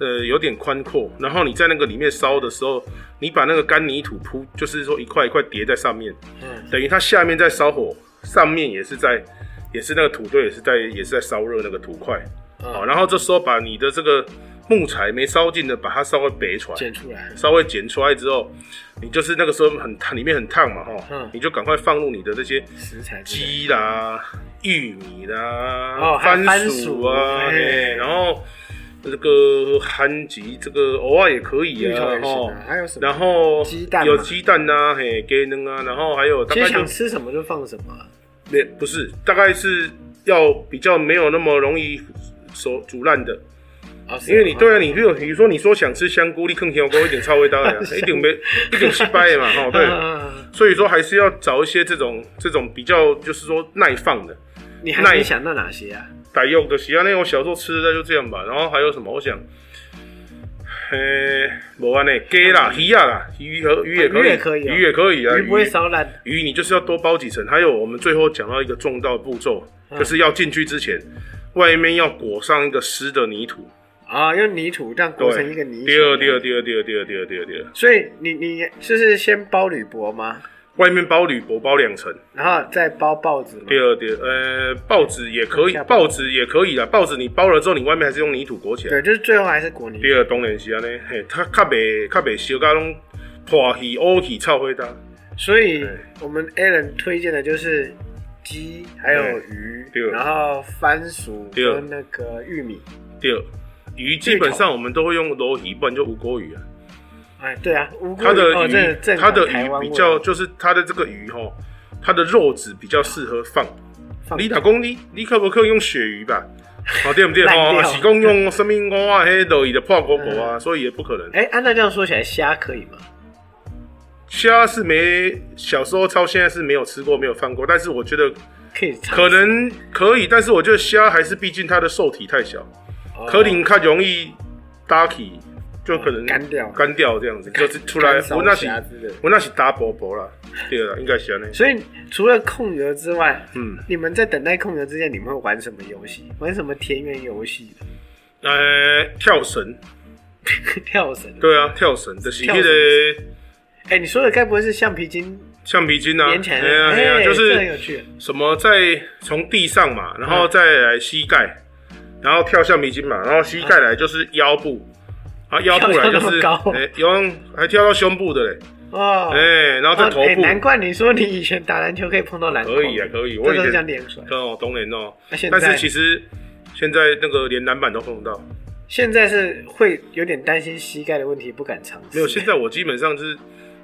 Speaker 1: 呃，有点宽阔。然后你在那个里面烧的时候，你把那个干泥土铺，就是说一块一块叠在上面，
Speaker 2: 嗯，
Speaker 1: 等于它下面在烧火，上面也是在，也是那个土堆也是在也是在烧热那个土块。好、
Speaker 2: 好
Speaker 1: 然后这时候把你的这个木材没烧尽的，把它稍微别出来，
Speaker 2: 剪出来，
Speaker 1: 稍微剪出来之后，你就是那个时候很烫，里面很烫嘛，哈、
Speaker 2: 嗯
Speaker 1: 你就赶快放入你的这些
Speaker 2: 食材之类的
Speaker 1: 鸡啦、玉米啦、
Speaker 2: 哦还有番
Speaker 1: 薯
Speaker 2: 薯
Speaker 1: 啊，
Speaker 2: 嘿
Speaker 1: 嘿然后这个韩籍这个偶尔也可以
Speaker 2: 芋头
Speaker 1: 啊，
Speaker 2: 也行
Speaker 1: 哈
Speaker 2: 啊，，还有什么？
Speaker 1: 然后
Speaker 2: 鸡蛋
Speaker 1: 有
Speaker 2: 嘛
Speaker 1: 鸡蛋呐、啊，嘿，给能啊，然后还有大
Speaker 2: 其
Speaker 1: 概
Speaker 2: 实
Speaker 1: 就
Speaker 2: 想吃什么就放什么啊，
Speaker 1: 没不是，大概是要比较没有那么容易熟煮烂的，
Speaker 2: 哦是
Speaker 1: 因为你
Speaker 2: 吗
Speaker 1: 对啊，你比如比如说你说想吃香菇，你更香菇一点超味道 的呀，一点没一点失败的嘛，哈，哦对
Speaker 2: 嗯，嗯嗯嗯
Speaker 1: 所以说还是要找一些这种这种比较就是说耐放的。
Speaker 2: 你
Speaker 1: 那
Speaker 2: 还
Speaker 1: 一
Speaker 2: 没想到哪些啊？
Speaker 1: 改用的其他那我小时候吃的就这样吧，然后还有什么？我想，嘿，无安呢，鸡啦、鱼啊啦，鱼和鱼也可以，
Speaker 2: 鱼也可嗯以啊
Speaker 1: 鱼也可以啊，
Speaker 2: 鱼不会烧烂，
Speaker 1: 鱼你就是要多包几层。还有我们最后讲到一个重要的步骤，
Speaker 2: 嗯
Speaker 1: 就是要进去之前，外面要裹上一个湿的泥土，
Speaker 2: 啊，用泥土这样
Speaker 1: 对
Speaker 2: 裹，成一个泥土。啊
Speaker 1: 第二，第二，第二，第二，第二，第二，第二，第二，
Speaker 2: 所以你你就是先包铝箔吗？
Speaker 1: 外面包铝箔包两层。
Speaker 2: 然后再包报纸吗？
Speaker 1: 第二，第二，呃，报纸也可以
Speaker 2: 下，包
Speaker 1: 报纸也可以啦。报纸你包了之后，你外面还是用泥土裹起来。
Speaker 2: 对，就是最后还是裹泥土
Speaker 1: 第。二当然是安尼，嘿，它较袂较袂烧甲拢破去、乌去、臭灰搭。
Speaker 2: 所以
Speaker 1: 对
Speaker 2: 我们 Alan 推荐的就是鸡，还有
Speaker 1: 对
Speaker 2: 鱼
Speaker 1: 对，
Speaker 2: 然后番薯
Speaker 1: 对
Speaker 2: 跟那个玉米。
Speaker 1: 第二，鱼基本上我们都会用鲈鱼，不然就无锅鱼啊。
Speaker 2: 哎，对啊，乌龟
Speaker 1: 它的
Speaker 2: 哦，这
Speaker 1: 鱼，
Speaker 2: 这
Speaker 1: 它的
Speaker 2: 台湾
Speaker 1: 鱼
Speaker 2: 味
Speaker 1: 比较就是它的这个鱼吼，它的肉质比较适合放。
Speaker 2: 放
Speaker 1: 你打工你你可不可以用鳕鱼吧？好对不对？
Speaker 2: 烂掉
Speaker 1: 哦，是讲用什么我啊黑的，伊的破锅锅 啊，所以也不可能。
Speaker 2: 哎，按照这样说起来，虾可以吗？
Speaker 1: 虾是没小时候到现在是没有吃过，没有放过，但是我觉得
Speaker 2: 可以尝
Speaker 1: 可能可以，但是我觉得虾还是毕竟它的受体太小。
Speaker 2: 哦
Speaker 1: 柯林较容易搭起，就可能
Speaker 2: 干掉
Speaker 1: 干掉这样 子，就是出来
Speaker 2: 干烧
Speaker 1: 我那是
Speaker 2: 虾之类的
Speaker 1: 我那是打薄薄啦，对了，应该是安尼。
Speaker 2: 所以除了控油之外，
Speaker 1: 嗯，
Speaker 2: 你们在等待控油之前，你们会玩什么游戏？玩什么田园游戏？
Speaker 1: 呃，跳绳，
Speaker 2: 跳绳？
Speaker 1: 对啊，跳绳就是
Speaker 2: 跳
Speaker 1: 那
Speaker 2: 绳
Speaker 1: 个
Speaker 2: 哎、你说的该不会是橡皮筋
Speaker 1: 橡皮筋啊，
Speaker 2: 连起来
Speaker 1: 哎呀
Speaker 2: 的？
Speaker 1: 哎呀，就
Speaker 2: 这很有
Speaker 1: 是
Speaker 2: 趣。
Speaker 1: 什么在从地上嘛，然后再来膝盖，然后跳橡皮筋嘛，然后膝盖来就是腰部。啊，腰部来就是，
Speaker 2: 跳到那么高
Speaker 1: 哎，有人还跳到胸部的嘞，
Speaker 2: 哦，
Speaker 1: 哎，然后再
Speaker 2: 哦
Speaker 1: 头
Speaker 2: 哎
Speaker 1: 部，
Speaker 2: 难怪你说你以前打篮球可以碰到篮筐，
Speaker 1: 可以啊，可以，我
Speaker 2: 这
Speaker 1: 以
Speaker 2: 都
Speaker 1: 前
Speaker 2: 是这样连出来。
Speaker 1: 哦，当然哦
Speaker 2: 那现。在
Speaker 1: 但是其实现在那个连篮板都碰不到，
Speaker 2: 现在是会有点担心膝盖的问题，不敢尝试。
Speaker 1: 没有。现 在我基本上是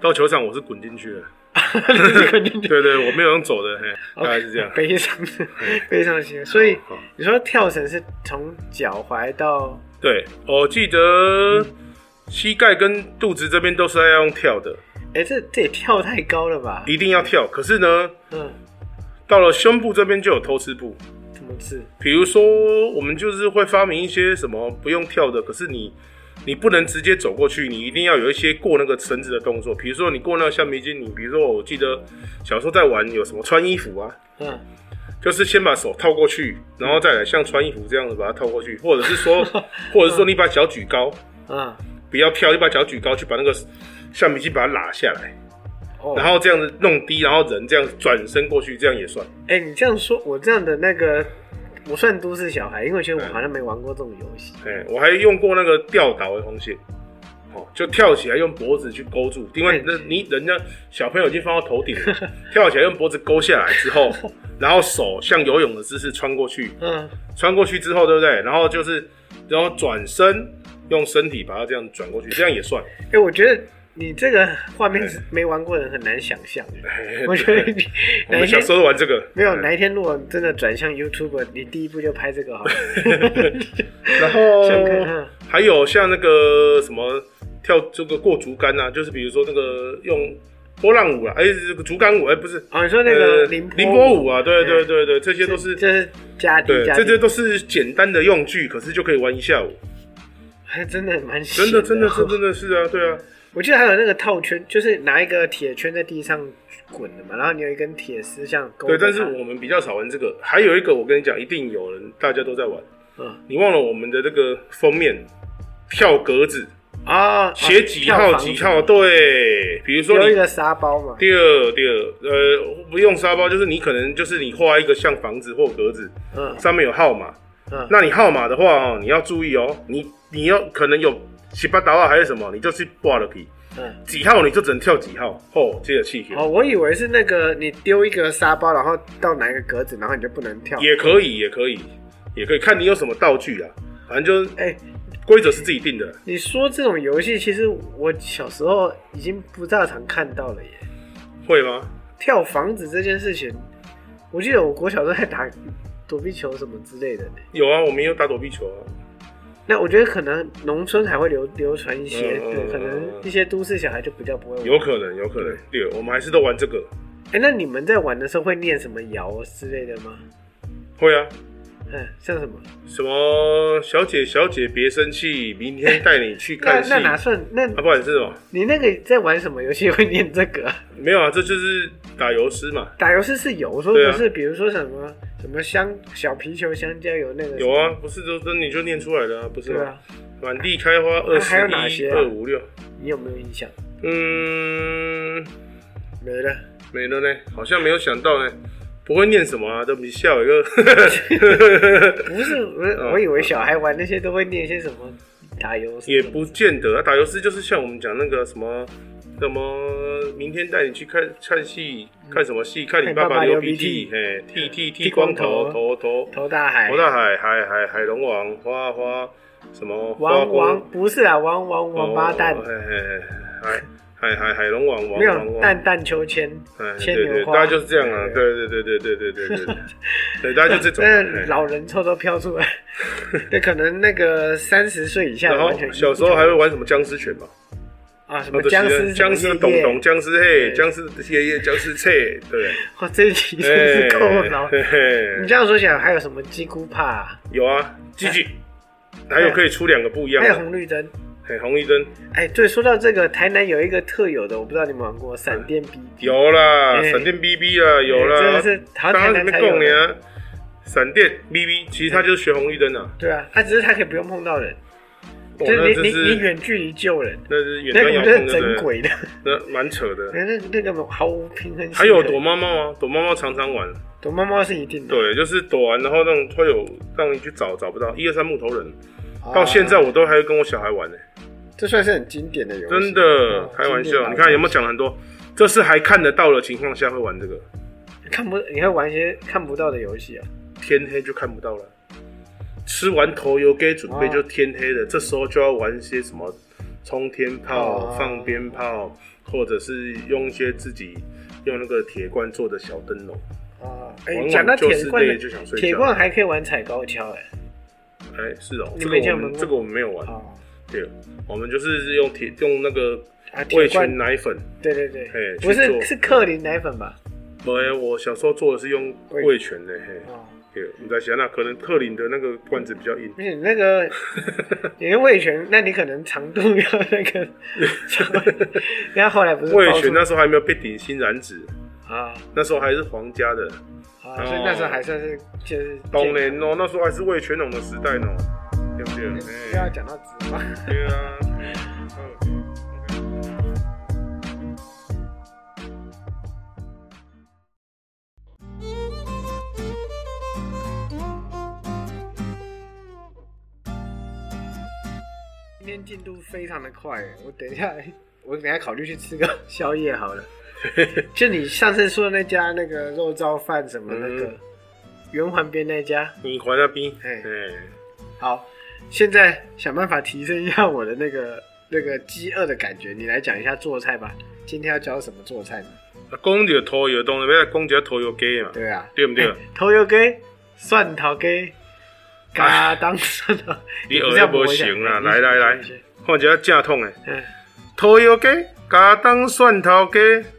Speaker 1: 到球场我是滚进去的，
Speaker 2: 在肯定
Speaker 1: 对对，我没有用走的，嘿，大概是这样。
Speaker 2: 哦
Speaker 1: 哦
Speaker 2: 悲伤，悲伤心。所以
Speaker 1: 好好
Speaker 2: 你说跳绳是从脚踝到
Speaker 1: 对，哦我记
Speaker 2: 嗯
Speaker 1: 得膝盖跟肚子这边都是要用跳的，
Speaker 2: 哎、这这也跳太高了吧？
Speaker 1: 一定要跳。可是呢，
Speaker 2: 嗯，
Speaker 1: 到了胸部这边就有偷吃步，
Speaker 2: 怎么治？
Speaker 1: 比如说我们就是会发明一些什么不用跳的，可是你。你不能直接走过去，你一定要有一些过那个绳子的动作。比如说你过那个橡皮筋，你比如说我记得小时候在玩有什么穿衣服啊，
Speaker 2: 嗯，
Speaker 1: 就是先把手套过去，然后再来像穿衣服这样子把它套过去，或者是说，或者是说你把脚举高，
Speaker 2: 嗯，
Speaker 1: 不要跳，你把脚举高去把那个橡皮筋把它拉下来，
Speaker 2: 哦，
Speaker 1: 然后这样子弄低，然后人这样转身过去，这样也算。
Speaker 2: 哎、你这样说，我这样的那个，我算都市小孩，因为我觉得我好像没玩过这种游戏。
Speaker 1: 哎、我还用过那个吊倒的红线，哦，就跳起来用脖子去勾住，因为
Speaker 2: 对
Speaker 1: 那你人家小朋友已经放到头顶 了，跳起来用脖子勾下来之后，然后手像游泳的姿势穿过去，
Speaker 2: 嗯，
Speaker 1: 穿过去之后，对不对？然后就是，然后转身，用身体把它这样转过去，这样也算。
Speaker 2: 哎、我觉得你这个画面是没玩过的人很难想象。 我觉得你
Speaker 1: 我
Speaker 2: 哪
Speaker 1: 们
Speaker 2: 一
Speaker 1: 小
Speaker 2: 天
Speaker 1: 时候玩这个，
Speaker 2: 没有哪一天，如果真的转向 YouTube，你第一步就拍 这个好了。
Speaker 1: 然后
Speaker 2: 想看嗯
Speaker 1: 还有像那个什么跳这个过竹竿啊，就是比如说那个用波浪舞啊，哎，这个竹竿舞，哎，不是。
Speaker 2: 哦，你说那个
Speaker 1: 呃
Speaker 2: 凌波
Speaker 1: 凌波舞啊，对
Speaker 2: 嗯
Speaker 1: 对对对，这些都是
Speaker 2: 这是家底
Speaker 1: 对，
Speaker 2: 家
Speaker 1: 这
Speaker 2: 底
Speaker 1: 些，都是简单的用具，可是就可以玩一下午，
Speaker 2: 还真的蛮闲
Speaker 1: 真的真的
Speaker 2: 哦
Speaker 1: 是真的是啊，对啊，
Speaker 2: 我记得还有那个套圈，就是拿一个铁圈在地上滚的嘛，然后你有一根铁丝这样勾
Speaker 1: 对，
Speaker 2: 着它。
Speaker 1: 但是我们比较少玩这个。还有一个，我跟你讲，一定有人大家都在玩，
Speaker 2: 嗯
Speaker 1: 你忘了我们的这个封面跳格子，
Speaker 2: 啊，哦
Speaker 1: 写几号几号？，对，比如
Speaker 2: 跳
Speaker 1: 说
Speaker 2: 房子有一
Speaker 1: 你
Speaker 2: 个沙包嘛，
Speaker 1: 第二第二，呃，不用沙包，就是你可能就是你画一个像房子或格子，
Speaker 2: 嗯
Speaker 1: 上面有号码，
Speaker 2: 嗯，
Speaker 1: 那你号码的话哦，你要注意哦，你你要可能有七八刀啊还是什么，你就去挂了去，
Speaker 2: 嗯，
Speaker 1: 几号你就只能跳几号，哦，接着气球、
Speaker 2: 哦，我以为是那个你丢一个沙包，然后到哪一个格子，然后你就不能跳。
Speaker 1: 也可以，也可以，也可以看你有什么道具啊，反正就是
Speaker 2: 哎、
Speaker 1: 规则是自己定的。
Speaker 2: 你说这种游戏，其实我小时候已经不大常看到了耶。
Speaker 1: 会吗？
Speaker 2: 跳房子这件事情，我记得我国小时候在打躲避球什么之类的呢。
Speaker 1: 有啊，我们也有打躲避球啊。
Speaker 2: 那我觉得可能农村还会流流传一些，
Speaker 1: 嗯嗯
Speaker 2: 对，
Speaker 1: 嗯
Speaker 2: 可能一些都市小孩就比较不会玩。
Speaker 1: 有可能，有可能。对，我们还是都玩这个。
Speaker 2: 哎、那你们在玩的时候会念什么谣之类的吗？
Speaker 1: 会啊，
Speaker 2: 嗯，像什么？
Speaker 1: 什么小姐小姐别生气，明天带你去
Speaker 2: 那
Speaker 1: 看戏。
Speaker 2: 那哪
Speaker 1: 啊，
Speaker 2: 算？那
Speaker 1: 不管是什么，
Speaker 2: 你那个在玩什么游戏会念这个？
Speaker 1: 没有啊，这就是打油诗嘛。
Speaker 2: 打游戏是有，我说
Speaker 1: 对啊
Speaker 2: 的是，比如说什么什么香小皮球、香蕉油那个。
Speaker 1: 有啊，不是就那你就念出来的啊，不是
Speaker 2: 对
Speaker 1: 吗
Speaker 2: 啊？，
Speaker 1: 满地开花二
Speaker 2: 那还有
Speaker 1: 十
Speaker 2: 哪
Speaker 1: 一
Speaker 2: 些啊
Speaker 1: 二五六，
Speaker 2: 你有没有印象？
Speaker 1: 嗯，
Speaker 2: 没了。
Speaker 1: 没了呢，好像没有想到呢，不会念什么啊，都比笑一个。
Speaker 2: 不是，
Speaker 1: 嗯
Speaker 2: 我我以为小孩玩那些都会念一些什么打油 诗
Speaker 1: 也不见得啊，打油诗就是像我们讲那个什么什么，明天带你去看看戏，看什么戏？看你
Speaker 2: 嗯看爸爸
Speaker 1: 爸流
Speaker 2: 流
Speaker 1: 涕
Speaker 2: 鼻涕，
Speaker 1: 嘿，剃剃剃
Speaker 2: 剃
Speaker 1: 光
Speaker 2: 光
Speaker 1: 头，头
Speaker 2: 头啊
Speaker 1: 头
Speaker 2: 头大海，
Speaker 1: 头大海，海海海龙王，花花什么花
Speaker 2: 王
Speaker 1: 光
Speaker 2: 王不是啊，王王
Speaker 1: 哦
Speaker 2: 王八蛋
Speaker 1: 嘿，嘿嘿，海海海海龙王王
Speaker 2: 没
Speaker 1: 王
Speaker 2: 有
Speaker 1: 王
Speaker 2: 蛋蛋秋千
Speaker 1: 哎，
Speaker 2: 牵
Speaker 1: 对对，
Speaker 2: 牛花，
Speaker 1: 大家就是这样啊，对对对对对对对对对，对大家就这种啊。
Speaker 2: 那
Speaker 1: 嘿
Speaker 2: 老人臭都飘出来， 对，可能那个三十岁以下
Speaker 1: 然
Speaker 2: 的
Speaker 1: 后
Speaker 2: 完全
Speaker 1: 小时候还会玩什么僵尸拳嘛？
Speaker 2: 啊什
Speaker 1: 啊
Speaker 2: 么
Speaker 1: 就是
Speaker 2: 僵尸
Speaker 1: 僵尸
Speaker 2: 什么
Speaker 1: 懂
Speaker 2: 夜夜
Speaker 1: 懂，，僵尸嘿，
Speaker 2: 对
Speaker 1: 僵尸爷爷，僵尸切，对， 哎
Speaker 2: 哇，这一集真是够老。
Speaker 1: 嘿嘿
Speaker 2: 你这样说起来，还有什么鸡骨帕啊，
Speaker 1: 有啊，继续，还有可以出两个不一样
Speaker 2: 还有
Speaker 1: 的，
Speaker 2: 红绿灯。
Speaker 1: 嘿，红绿灯
Speaker 2: 哎，对，说到这个，台南有一个特有的，我不知道你们玩过闪电 BB。
Speaker 1: 有啦，
Speaker 2: 哎
Speaker 1: 闪电 BB 啦，嗯有啦，
Speaker 2: 真的是好像
Speaker 1: 大家
Speaker 2: 台
Speaker 1: 里
Speaker 2: 南
Speaker 1: 面
Speaker 2: 才有
Speaker 1: 供你
Speaker 2: 的。
Speaker 1: 啊，闪电 BB，其实它就是学红绿灯啊，
Speaker 2: 对啊，他只是他可以不用碰到人，
Speaker 1: 哇，
Speaker 2: 就
Speaker 1: 哦
Speaker 2: 是
Speaker 1: 那
Speaker 2: 你
Speaker 1: 真
Speaker 2: 你你
Speaker 1: 是
Speaker 2: 远距离救人，
Speaker 1: 那是远
Speaker 2: 那
Speaker 1: 端
Speaker 2: 个
Speaker 1: 遥
Speaker 2: 就是
Speaker 1: 控，对
Speaker 2: 整
Speaker 1: 不对？
Speaker 2: 鬼的，
Speaker 1: 那蛮扯的。
Speaker 2: 那那个毫无平衡性。
Speaker 1: 还有躲猫猫啊，躲猫猫常常玩，
Speaker 2: 躲猫猫是一定的，
Speaker 1: 对，就是躲完然后让会有让你去找找不到，一二三木头人，
Speaker 2: 啊
Speaker 1: 到现在我都还会跟我小孩玩呢、
Speaker 2: 这算是很经典的游戏。
Speaker 1: 真的
Speaker 2: 嗯
Speaker 1: 开玩
Speaker 2: 经
Speaker 1: 笑。
Speaker 2: 典老
Speaker 1: 你看有没有讲了很多？这是还看得到的情况下会玩这个，
Speaker 2: 看不你会玩一些看不到的游戏啊？
Speaker 1: 天黑就看不到了。吃完头油给准备
Speaker 2: 哦
Speaker 1: 就天黑了，这时候就要玩一些什么冲天炮、
Speaker 2: 哦
Speaker 1: 放鞭炮，或者是用一些自己用那个铁罐做的小灯笼。
Speaker 2: 啊，哎，
Speaker 1: 往
Speaker 2: 讲
Speaker 1: 往
Speaker 2: 到
Speaker 1: 就
Speaker 2: 铁
Speaker 1: 是
Speaker 2: 罐
Speaker 1: 累
Speaker 2: 的，
Speaker 1: 就想睡
Speaker 2: 铁
Speaker 1: 觉。
Speaker 2: 罐还可以玩踩高跷哎。
Speaker 1: 哎，是哦，
Speaker 2: 你
Speaker 1: 这
Speaker 2: 们
Speaker 1: 个
Speaker 2: 以前
Speaker 1: 我
Speaker 2: 有玩
Speaker 1: 们
Speaker 2: 过
Speaker 1: 这个我们没有玩。
Speaker 2: 啊
Speaker 1: 对，我们就是用铁用那个
Speaker 2: 啊，铁
Speaker 1: 味
Speaker 2: 罐
Speaker 1: 全，奶粉。
Speaker 2: 对对对
Speaker 1: 嘿，
Speaker 2: 不
Speaker 1: 去做
Speaker 2: 是是克林奶粉吧？
Speaker 1: 没，我小时候做的是用
Speaker 2: 味
Speaker 1: 味全的嘿。
Speaker 2: 哦，
Speaker 1: 对，我们在想，那可能克林的那个罐子比较硬，
Speaker 2: 而且 那个你的味全，那你可能长度要 那个，人家后来不是
Speaker 1: 味
Speaker 2: 爆
Speaker 1: 全
Speaker 2: 出
Speaker 1: 那时候还没有被顶新染指，
Speaker 2: 啊
Speaker 1: 那哦时候还是皇家的。
Speaker 2: 啊，所以那时候还算是就是
Speaker 1: 当然哦，那时候还是味全龙的时代呢，对不对？
Speaker 2: 不要讲到直嘛。
Speaker 1: 哎对啊。嗯
Speaker 2: 今天进度非常的快，我等一下，我等一下考虑去吃个宵夜好 了。就你上次说的那家那个肉燥饭什么那个
Speaker 1: 嗯
Speaker 2: 圆环边那家，
Speaker 1: 你还那边，
Speaker 2: 哎
Speaker 1: 哎，
Speaker 2: 好，现在想办法提升一下我的那个 那个饥饿的感觉。你来讲一下做菜吧，今天要教什么做菜呢？
Speaker 1: 啊讲着拖油，当然要讲着拖油鸡嘛，
Speaker 2: 对啊，
Speaker 1: 对不对？
Speaker 2: 头油鸡、蒜头鸡、嘎当蒜头，
Speaker 1: 你
Speaker 2: 不
Speaker 1: 耳
Speaker 2: 是要
Speaker 1: 朵
Speaker 2: 磨
Speaker 1: 不
Speaker 2: 一下哎
Speaker 1: 行啦，
Speaker 2: 你
Speaker 1: 来来来
Speaker 2: 你，
Speaker 1: 看一下正痛的
Speaker 2: 嗯，
Speaker 1: 拖油鸡、加当蒜头鸡，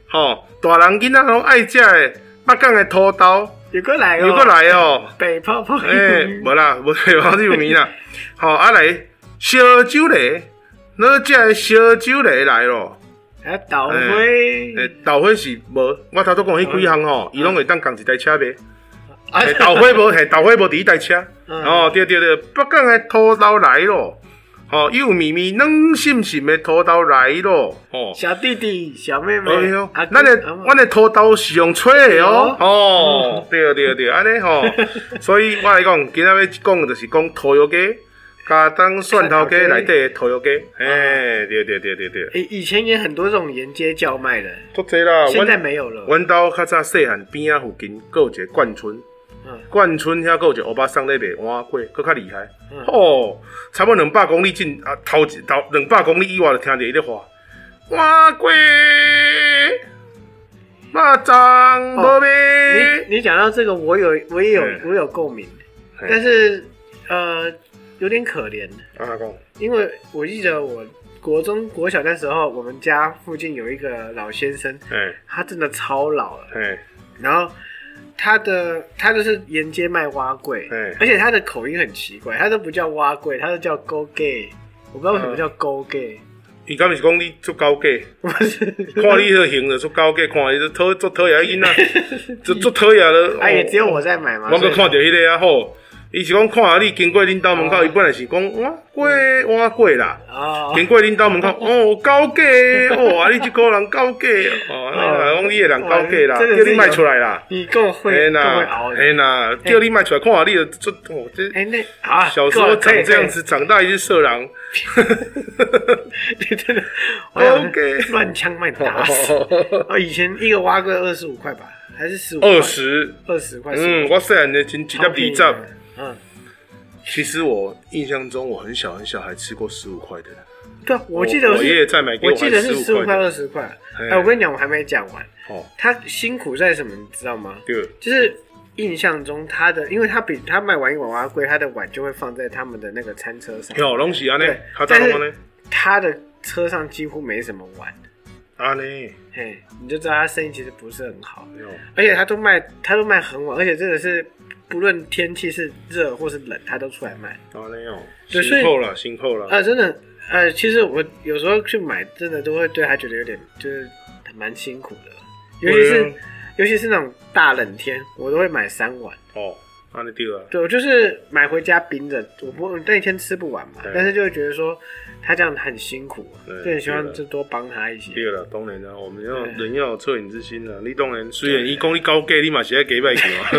Speaker 1: 吼，大人囡仔拢爱食的，北港的土豆，
Speaker 2: 有过来哦，
Speaker 1: 又过，来 哦。哎
Speaker 2: 北泡泡，
Speaker 1: 诶、无啦，无是王志明 啦。吼、啊来烧酒嘞，哪只的烧酒嘞来咯？
Speaker 2: 还有倒
Speaker 1: 哎
Speaker 2: 灰
Speaker 1: 诶、，豆花是无，我头拄讲迄几项吼，伊拢会当共一台车卖。
Speaker 2: 嗯啊
Speaker 1: 诶、豆花 无，嘿，豆花无伫一台车。
Speaker 2: 嗯
Speaker 1: 哦，对对对，北港的土豆来咯。吼、幼绵绵软心心的土豆来咯。吼、
Speaker 2: 小弟弟、小妹妹
Speaker 1: 哎呦，，
Speaker 2: 阿
Speaker 1: 咱的
Speaker 2: 公阿嬷
Speaker 1: 阮的土豆是用吹的哦
Speaker 2: 哦，
Speaker 1: 哦，对对对，安尼吼，所以我来讲，今仔要讲的就是讲土油鸡、甲当蒜头家内底的头油鸡，嘿，对对对对对，
Speaker 2: 哎以以前也很多这种沿街叫卖的，
Speaker 1: 足济啦。
Speaker 2: 现在
Speaker 1: 阮
Speaker 2: 没有了。
Speaker 1: 阮兜较早细汉边仔附近，佫有一个冠村，
Speaker 2: 嗯，
Speaker 1: 冠村遐佫有一个欧巴桑咧卖碗粿，佫较厉害。
Speaker 2: 嗯
Speaker 1: 哦，差不多两百公里进啊，头一头两百公里以外就听着伊咧话，碗粿，肉粽无卖。
Speaker 2: 你你讲到这个，我有我也有
Speaker 1: 嗯
Speaker 2: 我有共鸣，
Speaker 1: 嘿
Speaker 2: 但是呃有点可怜，
Speaker 1: 啊阿公，
Speaker 2: 因为我记得我国中国小那时候，我们家附近有一个老先生，
Speaker 1: 嘿，
Speaker 2: 他真的超老了，
Speaker 1: 嘿，
Speaker 2: 然后。他的他就是沿街卖蛙柜
Speaker 1: 嗯，
Speaker 2: 而且他的口音很奇怪，他都不叫蛙柜，他都叫 go gay，我不知道为
Speaker 1: 嗯
Speaker 2: 什么叫 go gay，、
Speaker 1: 伊敢毋是讲你足 高价？
Speaker 2: 不是
Speaker 1: 看你迄型就出高价，看伊就讨足讨厌迄 囡仔，就足讨厌 了。
Speaker 2: 啊，也只有我在买嘛。
Speaker 1: 我
Speaker 2: 所
Speaker 1: 阁
Speaker 2: 以
Speaker 1: 看着迄哎个啊好，伊是讲看下你经过恁兜门口，
Speaker 2: 哦
Speaker 1: 伊本来是讲碗粿碗粿啦，
Speaker 2: 哦，
Speaker 1: 经过恁兜 门口，哦高价哦，啊你即个人高价 哦，啊讲你个人高价啦，
Speaker 2: 哇真的
Speaker 1: 叫
Speaker 2: 是
Speaker 1: 你卖出来啦，
Speaker 2: 你够会
Speaker 1: 嘿哎
Speaker 2: 够会
Speaker 1: 呐
Speaker 2: 熬的。
Speaker 1: 嘿呐，叫你卖出来，看下你就足哦这。
Speaker 2: 哎，那啊，
Speaker 1: 小时
Speaker 2: 够
Speaker 1: 候
Speaker 2: 了
Speaker 1: 长这样，子，长大也是色 狼。
Speaker 2: 可以可以真的，我想
Speaker 1: 哦 OK
Speaker 2: 乱枪把你打死。哦，以前一个蛙龟二十五块吧，还是十 五？
Speaker 1: 二十，
Speaker 2: 二十块，
Speaker 1: 嗯，我虽然呢，真直接
Speaker 2: 超便宜
Speaker 1: 离
Speaker 2: 的
Speaker 1: 十。
Speaker 2: 嗯，
Speaker 1: 其实我印象中，我很小很小还吃过十五块的。
Speaker 2: 对，啊我记得
Speaker 1: 我
Speaker 2: 是
Speaker 1: 爷爷再买给
Speaker 2: 我
Speaker 1: 我
Speaker 2: 记得是十
Speaker 1: 15
Speaker 2: 五块
Speaker 1: 块的
Speaker 2: 二十块。
Speaker 1: 嘿
Speaker 2: 哎，我跟你讲，我还没讲完。
Speaker 1: 哦，
Speaker 2: 他辛苦在什么，你知道吗？
Speaker 1: 对，
Speaker 2: 就是印象中他的，因为他比他卖完一碗蛙龟，他的碗就会放在他们的那个餐车上。
Speaker 1: 哟，哦拢是安尼
Speaker 2: 对，
Speaker 1: 较早拢安尼，
Speaker 2: 他的车上几乎没什么碗，
Speaker 1: 安尼，哦
Speaker 2: 嘿，你就知道他生意其实不是很好，
Speaker 1: 哟，
Speaker 2: 而且他都卖，他都卖很晚，而且真的是不论天气是热或是冷，他都出来卖。
Speaker 1: 安尼哦，
Speaker 2: 对所以
Speaker 1: 辛苦了，辛苦
Speaker 2: 啊、
Speaker 1: 了，
Speaker 2: 真的，呃，其实我有时候去买，真的都会对他觉得有点就是蛮辛苦的，尤其是、
Speaker 1: 对啊
Speaker 2: 尤其是那种大冷天，我都会买三碗。
Speaker 1: 哦，安尼对啊，
Speaker 2: 对，我就是买回家冰着，我不那一天吃不完嘛
Speaker 1: 对，
Speaker 2: 但是就会觉得说他这样很辛苦，啊
Speaker 1: 对
Speaker 2: 就很希
Speaker 1: 对
Speaker 2: 望
Speaker 1: 的
Speaker 2: 就多帮他一些。
Speaker 1: 对了，当然啊啦，我们要
Speaker 2: 对
Speaker 1: 人要有恻隐之心啊啦。你当然，虽然伊讲你高价，你嘛是要给卖去嘛，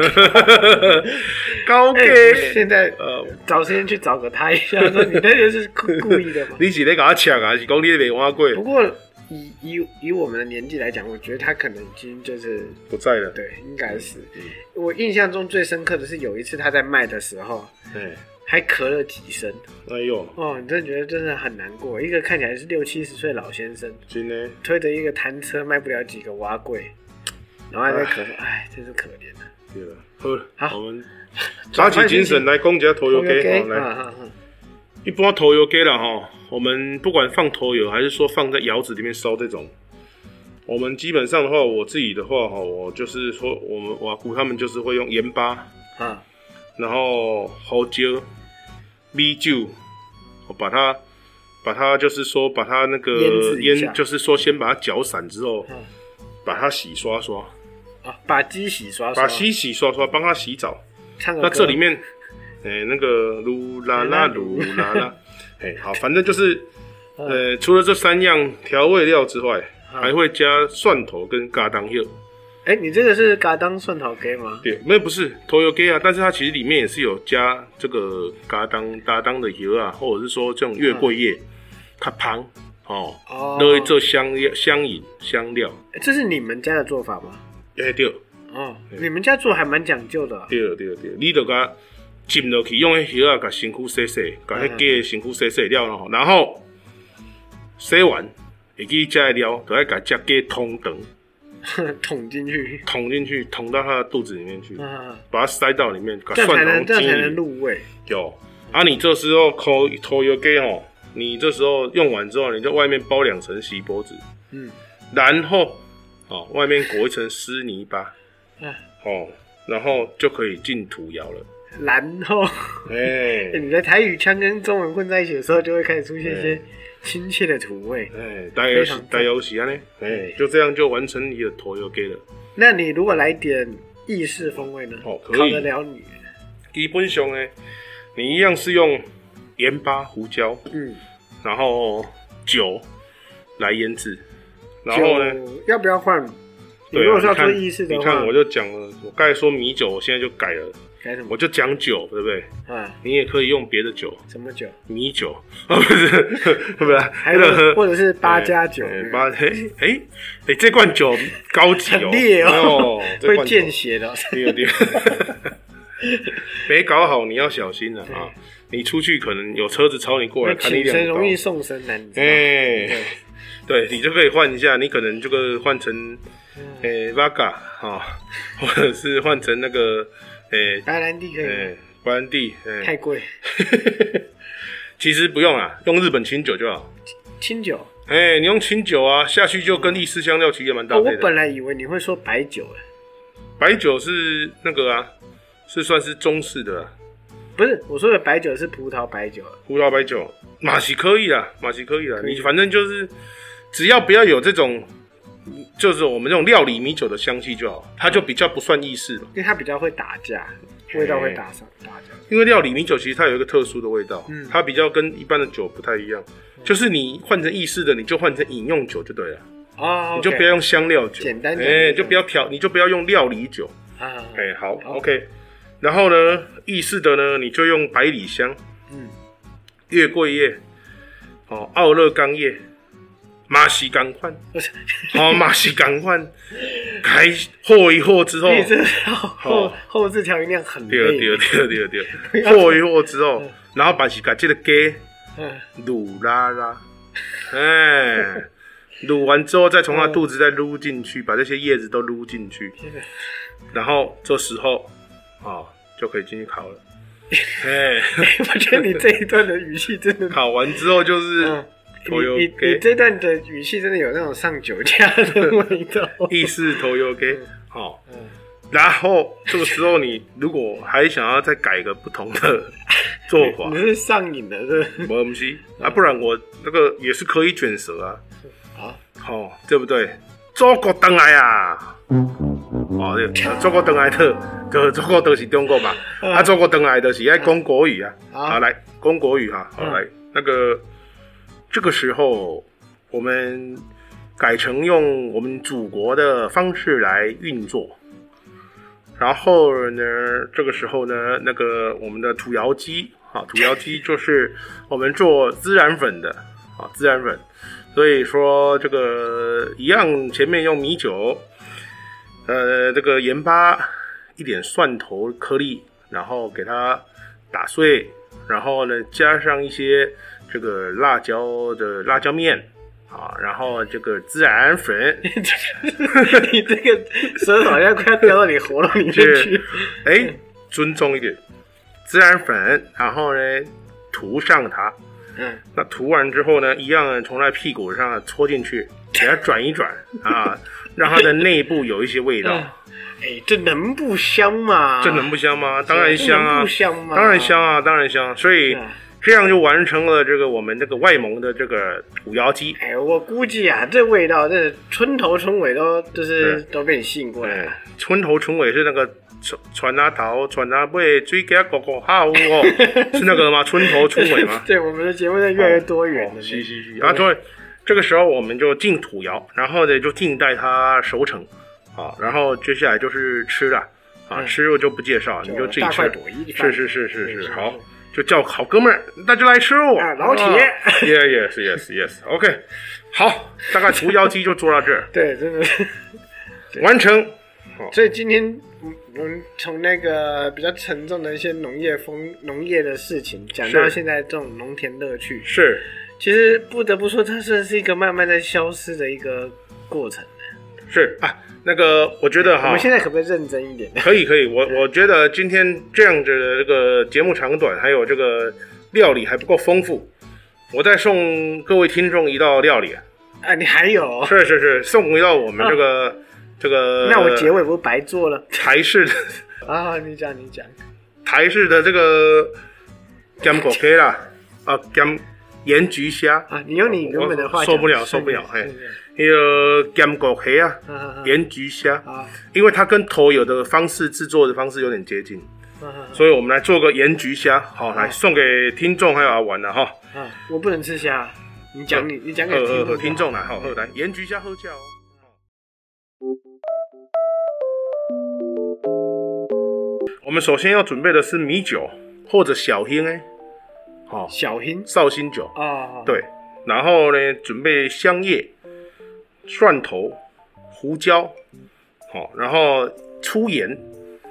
Speaker 1: 高价
Speaker 2: 哎、，现在
Speaker 1: 呃，？
Speaker 2: 找时间去找个他一下，说你那个是故故意的嘛
Speaker 1: 你是咧甲我抢啊，还是讲你咧卖碗
Speaker 2: 不
Speaker 1: 粿？
Speaker 2: 过以以以我们的年纪来讲，我觉得他可能已经就是
Speaker 1: 不在了，嗯
Speaker 2: 对，应该是。我印象中最深刻的是有一次他在卖的时候。
Speaker 1: 哎，
Speaker 2: 还咳了几声
Speaker 1: 哎呦，
Speaker 2: 哦，你真的觉得真的很难过。一个看起来是六七十岁老先生，
Speaker 1: 真的，
Speaker 2: 推着一个摊车卖不了几个蛙柜，然后还在咳嗽，哎，真是可怜啊！
Speaker 1: 对了，好了，
Speaker 2: 好
Speaker 1: 我 们打起精神来讲一下头油鸡，好来。
Speaker 2: 啊
Speaker 1: 一般头油给了哈，我们不管放头油还是说放在窑子里面烧这种，我们基本上的话，我自己的话哈，我就是说我们瓦姑他们就是会用盐巴，
Speaker 2: 啊啊！
Speaker 1: 然后胡椒、米酒，我把它把它就是说把它那
Speaker 2: 腌
Speaker 1: 个
Speaker 2: 制一下
Speaker 1: 腌，就是说先把它搅散之后
Speaker 2: 嗯，
Speaker 1: 把它洗刷刷，
Speaker 2: 啊，把鸡洗刷刷，
Speaker 1: 把洗洗刷刷，帮它洗澡。
Speaker 2: 唱个
Speaker 1: 那
Speaker 2: 歌。
Speaker 1: 这里面，哎、那个噜啦啦噜啦 啦，哎、好，反正就是，呃，除了这三样调味料之外，
Speaker 2: 嗯
Speaker 1: 还会加蒜头跟嘎当柚。
Speaker 2: 哎、你这个是嘎当蒜头给吗？
Speaker 1: 对，没有不是头油给啊，但是它其实里面也是有加这个嘎当嘎当的油啊，或者是说这种月桂叶、它旁哦，
Speaker 2: 嗯哦
Speaker 1: 都会做香料香饮香料。
Speaker 2: 这是你们家的做法吗？
Speaker 1: 哎、对
Speaker 2: 哦，你们家做还蛮讲究的啊、
Speaker 1: 对对对，你就甲浸落去，用迄叶啊，甲身躯洗洗，甲迄鸡的身躯洗洗了
Speaker 2: 嗯
Speaker 1: 咯，然后洗完，会去加料，就要甲只鸡通肠，
Speaker 2: 捅进去，
Speaker 1: 捅进去，捅到它的肚子里面去，
Speaker 2: 啊，
Speaker 1: 把它塞到里面，甲
Speaker 2: 这样才
Speaker 1: 蒜头
Speaker 2: 能这样才
Speaker 1: 金
Speaker 2: 能
Speaker 1: 鱼
Speaker 2: 入味。
Speaker 1: 有。啊，你这时候抠头油鸡哦，你这时候用完之后，你就外面包两层锡箔纸，
Speaker 2: 嗯，
Speaker 1: 然后哦，外面裹一层湿泥巴，
Speaker 2: 啊，
Speaker 1: 哦，然后就可以进土窑了。
Speaker 2: 然后、
Speaker 1: 哎、
Speaker 2: 你的台语腔跟中文混在一起的时候，就会开始出现一些亲切的土味。
Speaker 1: 哎，打游戏
Speaker 2: 非常赞
Speaker 1: 打游戏啊呢，哎，就这样就完成你的头油给了。
Speaker 2: 那你如果来点意式风味呢？
Speaker 1: 哦可以
Speaker 2: 考得了你。
Speaker 1: 基本上呢，你一样是用盐巴、胡椒，
Speaker 2: 嗯，
Speaker 1: 然后酒来腌制，然后呢，
Speaker 2: 就要不要换？你
Speaker 1: 对啊
Speaker 2: 如果是要做
Speaker 1: 你看
Speaker 2: 意式的
Speaker 1: 你
Speaker 2: 话
Speaker 1: 看我，就讲了，我刚才说米酒，我现在就改了，
Speaker 2: 改什么
Speaker 1: 我？就讲酒，对不对？
Speaker 2: 啊，
Speaker 1: 你也可以用别的酒，
Speaker 2: 什么酒？
Speaker 1: 米酒 啊，不是，不是，
Speaker 2: 还
Speaker 1: 那个
Speaker 2: 有或者是八加九，
Speaker 1: 哎八哎哎哎，这罐酒高级哦，
Speaker 2: 很烈
Speaker 1: 哦
Speaker 2: 哦，
Speaker 1: 这
Speaker 2: 会
Speaker 1: 罐酒
Speaker 2: 见血的。
Speaker 1: 对对， 没搞好你要小心了啊！你出去可能有车子朝你过来，
Speaker 2: 那
Speaker 1: 砍你
Speaker 2: 请神
Speaker 1: 两刀
Speaker 2: 容。易送神难，你知道吗
Speaker 1: 哎，对你就可以换一下，你可能这个换成
Speaker 2: 嗯
Speaker 1: 诶 v a g a 啊， 或者是换成那个诶
Speaker 2: 白兰地可以吗？
Speaker 1: 诶白兰地，
Speaker 2: 太
Speaker 1: 哎，
Speaker 2: 贵，
Speaker 1: 其实不用啦，用日本清酒就好。
Speaker 2: 清酒。
Speaker 1: 哎，你用清酒啊，下去就跟意式香料其实也蛮搭
Speaker 2: 哦，我
Speaker 1: 配的。
Speaker 2: 本来以为你会说白酒，哎，
Speaker 1: 白酒是那个啊，是算是中式的啊。
Speaker 2: 不是我说的白酒是葡萄白酒，啊
Speaker 1: 葡萄白酒，马西可以啦，马西可以啦。
Speaker 2: 可以
Speaker 1: 你反正就是只要不要有这种，就是我们这种料理米酒的香气就好，它就比较不算意式了。
Speaker 2: 因为它比较会打架，味道会打上打架。
Speaker 1: 因为料理米酒其实它有一个特殊的味道，
Speaker 2: 嗯
Speaker 1: 它比较跟一般的酒不太一样。就是你换成意式的，你就换成饮用酒就对了，
Speaker 2: 哦，
Speaker 1: 你就不要用香料酒，
Speaker 2: 简单
Speaker 1: 哎、
Speaker 2: 讲就是
Speaker 1: 就不要调，你就不要用料理酒，
Speaker 2: 啊，
Speaker 1: 哎、好
Speaker 2: 好
Speaker 1: o k 然后呢，意式的呢，你就用百里香，
Speaker 2: 嗯，
Speaker 1: 月桂叶，哦，奥勒冈叶，马西港 换，
Speaker 2: 不是，
Speaker 1: 哦，马西港换，开和一和之后，
Speaker 2: 你这哎后
Speaker 1: 好
Speaker 2: 后置调音量很
Speaker 1: 对
Speaker 2: 累，
Speaker 1: 对对对对，和一和之后，然后把是把这个给
Speaker 2: 嗯，
Speaker 1: 卤拉拉，哎，卤完之后再从它肚子再撸进去，把这些叶子都撸进去，
Speaker 2: 真的
Speaker 1: 然后这时候，哦，就可以进去烤了，哎，
Speaker 2: 我觉得你这一段的语气 真的，
Speaker 1: 烤完之后就是。
Speaker 2: 嗯，
Speaker 1: 我有
Speaker 2: 你你
Speaker 1: 给
Speaker 2: 你这段的语气真的有那种上酒家的味道。
Speaker 1: 意式头油给好，
Speaker 2: 嗯
Speaker 1: 然后这个时候你如果还想要再改个不同的做法
Speaker 2: 你，是上瘾了，是不是？
Speaker 1: 没关系啊，不然我那个也是可以卷舌啊，
Speaker 2: 啊，
Speaker 1: 好、对不对？中国登来啊！哦，对，中国登来的， 个中国都是中国嘛，
Speaker 2: 嗯
Speaker 1: 啊，中国登来的是爱讲国语啊，啊
Speaker 2: 好
Speaker 1: 好来讲国语哈、好
Speaker 2: 嗯
Speaker 1: 来那个这个时候我们改成用我们祖国的方式来运作，然后呢，这个时候呢，那个我们的土窑鸡啊，土窑鸡就是我们做孜然粉的啊，孜然粉。所以说这个一样，前面用米酒，呃，这个盐巴，一点蒜头颗粒，然后给它打碎，然后呢加上一些这个辣椒的辣椒面啊，然后这个孜然粉，
Speaker 2: 你这个舌头好像快要掉到你喉咙里面去
Speaker 1: 是。哎，尊重一点，孜然粉，然后呢涂上它，
Speaker 2: 嗯，
Speaker 1: 那涂完之后呢，一样从那屁股上戳进去，给它转一转 啊，让它的内部有一些味道。
Speaker 2: 哎，这能不香吗？
Speaker 1: 嗯这能不香吗？当然香
Speaker 2: 这能
Speaker 1: 啊
Speaker 2: 不，香吗？
Speaker 1: 当然香啊，当然香。所以
Speaker 2: 是啊
Speaker 1: 这样就完成了这个我们这个外蒙的这个土窑鸡。
Speaker 2: 哎，我估计啊，这味道，这春头春尾都就是
Speaker 1: 对
Speaker 2: 都被你吸引过来
Speaker 1: 哎
Speaker 2: 了。，？
Speaker 1: 村头村尾是那个船船啊头船啊尾，追给狗狗哈呜哦，是那个吗？村头村尾吗
Speaker 2: 对，我们的节目在越来越多元了。
Speaker 1: 是是是。啊，所以这个时候我们就进土窑，然后呢就静待它熟成，啊，然后接下来就是吃了，啊，
Speaker 2: 嗯
Speaker 1: 吃我就不介绍，你就自己
Speaker 2: 大快
Speaker 1: 吃。
Speaker 2: 朵颐的饭。
Speaker 1: 是是是是
Speaker 2: 是
Speaker 1: 是，
Speaker 2: 是
Speaker 1: 好，就叫好哥们儿，那就来吃喽
Speaker 2: 啊。老铁
Speaker 1: y e a h yes yes yes。OK，好，大 概除妖鸡就做到这儿，
Speaker 2: 对，真的是。
Speaker 1: 完成。
Speaker 2: 所以今天我们从那个比较沉重的一些农业风、农业的事情，讲到
Speaker 1: 是
Speaker 2: 现在这种农田乐趣，
Speaker 1: 是，
Speaker 2: 其实不得不说，它算是一个慢慢在消失的一个过程。
Speaker 1: 是啊，那个我觉得
Speaker 2: 我
Speaker 1: 哈
Speaker 2: 们，现在可不可以认真一点？
Speaker 1: 可以可以，我我觉得今天这样子的这个节目长短，还有这个料理还不够丰富。我再送各位听众一道料理，
Speaker 2: 啊，你还有？
Speaker 1: 是是是，送一道我们这个、这个
Speaker 2: 啊那我结尾不是白做了？
Speaker 1: 台式的
Speaker 2: 啊，你讲，你讲。
Speaker 1: 台式的这个姜果给啦，啊姜盐焗虾，
Speaker 2: 啊，你用你原本的话
Speaker 1: 我
Speaker 2: 讲
Speaker 1: 受不 了
Speaker 2: 是
Speaker 1: 受不了嘿
Speaker 2: 是是
Speaker 1: 那个姜果黑啊，
Speaker 2: 啊啊啊
Speaker 1: 盐焗虾，
Speaker 2: 啊
Speaker 1: 因为它跟头油的方式制作的方式有点接近，
Speaker 2: 啊啊
Speaker 1: 所以我们来做个盐焗虾，好来
Speaker 2: 哦
Speaker 1: 送给听众还有阿玩的哈，
Speaker 2: 啊啊！我不能吃虾，你讲你你讲给
Speaker 1: 呃呃
Speaker 2: 听
Speaker 1: 呃
Speaker 2: 众
Speaker 1: 听众来好，好来盐焗虾喝价哦。我们首先要准备的是米酒或者小兴哎，好、
Speaker 2: 小心
Speaker 1: 绍兴酒，
Speaker 2: 啊，，
Speaker 1: 对，然后呢，准备香叶、蒜头、胡椒，好、然后粗盐，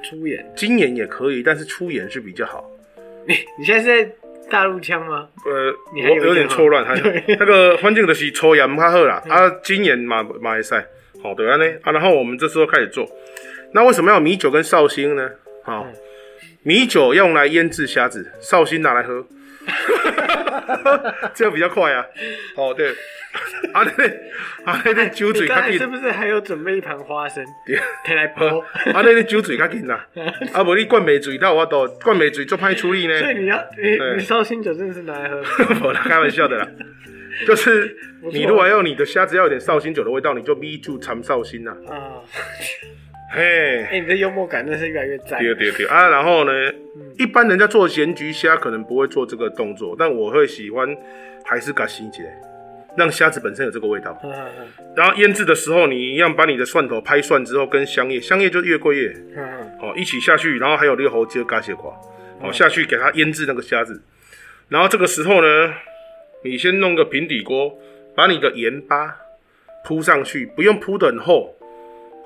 Speaker 2: 粗盐。
Speaker 1: 精盐也可以，但是粗盐是比较好。
Speaker 2: 你你现在是在大陆腔吗？
Speaker 1: 呃，
Speaker 2: 你还
Speaker 1: 我
Speaker 2: 有一
Speaker 1: 有
Speaker 2: 点嗯
Speaker 1: 点
Speaker 2: 哈
Speaker 1: 错乱， 还
Speaker 2: 对
Speaker 1: 那个反正就是抽盐较好啦，啊，精盐嘛嘛会使，好对安尼啊，然后我们这时候开始做。那为什么要有米酒跟绍兴呢？好、
Speaker 2: 嗯
Speaker 1: 米酒用来腌制虾子，绍兴拿来 喝，这样比较快啊。哦， 对，啊对，啊那个酒
Speaker 2: 你
Speaker 1: 嘴
Speaker 2: 刚
Speaker 1: 较
Speaker 2: 才
Speaker 1: 紧
Speaker 2: 是，不是还有准备一盘花生
Speaker 1: 对
Speaker 2: 拿 来包？
Speaker 1: 啊那个酒嘴较紧啦，啊无你灌袂水，那我都灌袂水做歹处理呢。
Speaker 2: 所以你要 你
Speaker 1: 对
Speaker 2: 你烧新酒真的是拿来喝 的，
Speaker 1: 我啦，开玩笑 的啦。就是
Speaker 2: 不错啊
Speaker 1: 你如果要你的虾子要有点绍兴酒的味道，你就咪住掺绍兴啦。
Speaker 2: 啊！
Speaker 1: 嘿，
Speaker 2: 哎，你的幽默感真是越来越赞。
Speaker 1: 对对对啊，然后呢，
Speaker 2: 嗯
Speaker 1: 一般人家做咸焗虾可能不会做这个动作，但我会喜欢还是嘎新起来，让虾子本身有这个味道。
Speaker 2: 嗯嗯
Speaker 1: 然后腌制的时候，你一样把你的蒜头拍蒜之后跟香叶，香叶就越贵越
Speaker 2: 嗯嗯
Speaker 1: 哦，一起下去，然后还有六猴鸡嘎血垮，哦下去给它腌制那个虾子。然后这个时候呢，你先弄个平底锅，把你的盐巴铺上去，不用铺得很厚，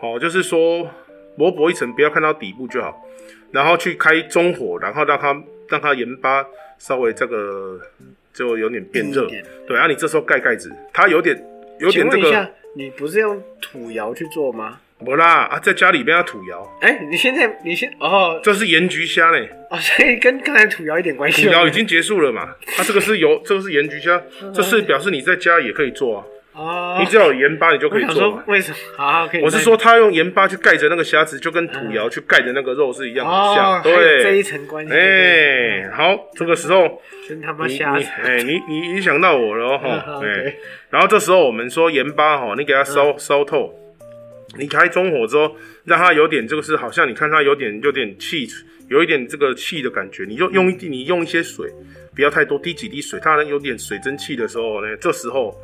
Speaker 1: 好、就是说薄薄一层，不要看到底部就好。然后去开中火，然后让它让它盐巴稍微这个就有点变热
Speaker 2: 一点，
Speaker 1: 对。啊然后你这时候盖盖子，它有点有
Speaker 2: 请
Speaker 1: 点这
Speaker 2: 问一
Speaker 1: 个
Speaker 2: 下，你不是用土窑去做吗？
Speaker 1: 不啦啊，在家里边要土窑，
Speaker 2: 哎，你现在你现哦
Speaker 1: 这是盐焗虾嘞。
Speaker 2: 哦，所以跟刚才土窑一点关系
Speaker 1: 土
Speaker 2: 都没有
Speaker 1: 窑已经结束了嘛？它、这个是油，这个是盐焗虾，这是表示你在家也可以做啊。
Speaker 2: 嗯哦
Speaker 1: 你，只要有盐巴，你就可
Speaker 2: 我
Speaker 1: 以
Speaker 2: 想
Speaker 1: 做
Speaker 2: 说
Speaker 1: 嘛。
Speaker 2: 为什么啊？可以，
Speaker 1: 我是说，他用盐巴去盖着那个虾子，就跟土窑去盖着那个肉是一样的
Speaker 2: 哦
Speaker 1: 像。，
Speaker 2: 还有这
Speaker 1: 对，
Speaker 2: 一层关系，
Speaker 1: 哎、好，这个时候
Speaker 2: 真他妈
Speaker 1: 你你
Speaker 2: 瞎嗯扯。。
Speaker 1: 哎、你你影响到我了哦哎、
Speaker 2: OK
Speaker 1: 然后这时候我们说盐巴哈，你给它烧
Speaker 2: 嗯
Speaker 1: 烧透，你开中火之后，让它有点这个是好像你看它有点有点气，有一点这个气的感觉，你就用一滴，你用一些水，不要太多，滴几滴水，它有点水蒸气的时候呢，这时候。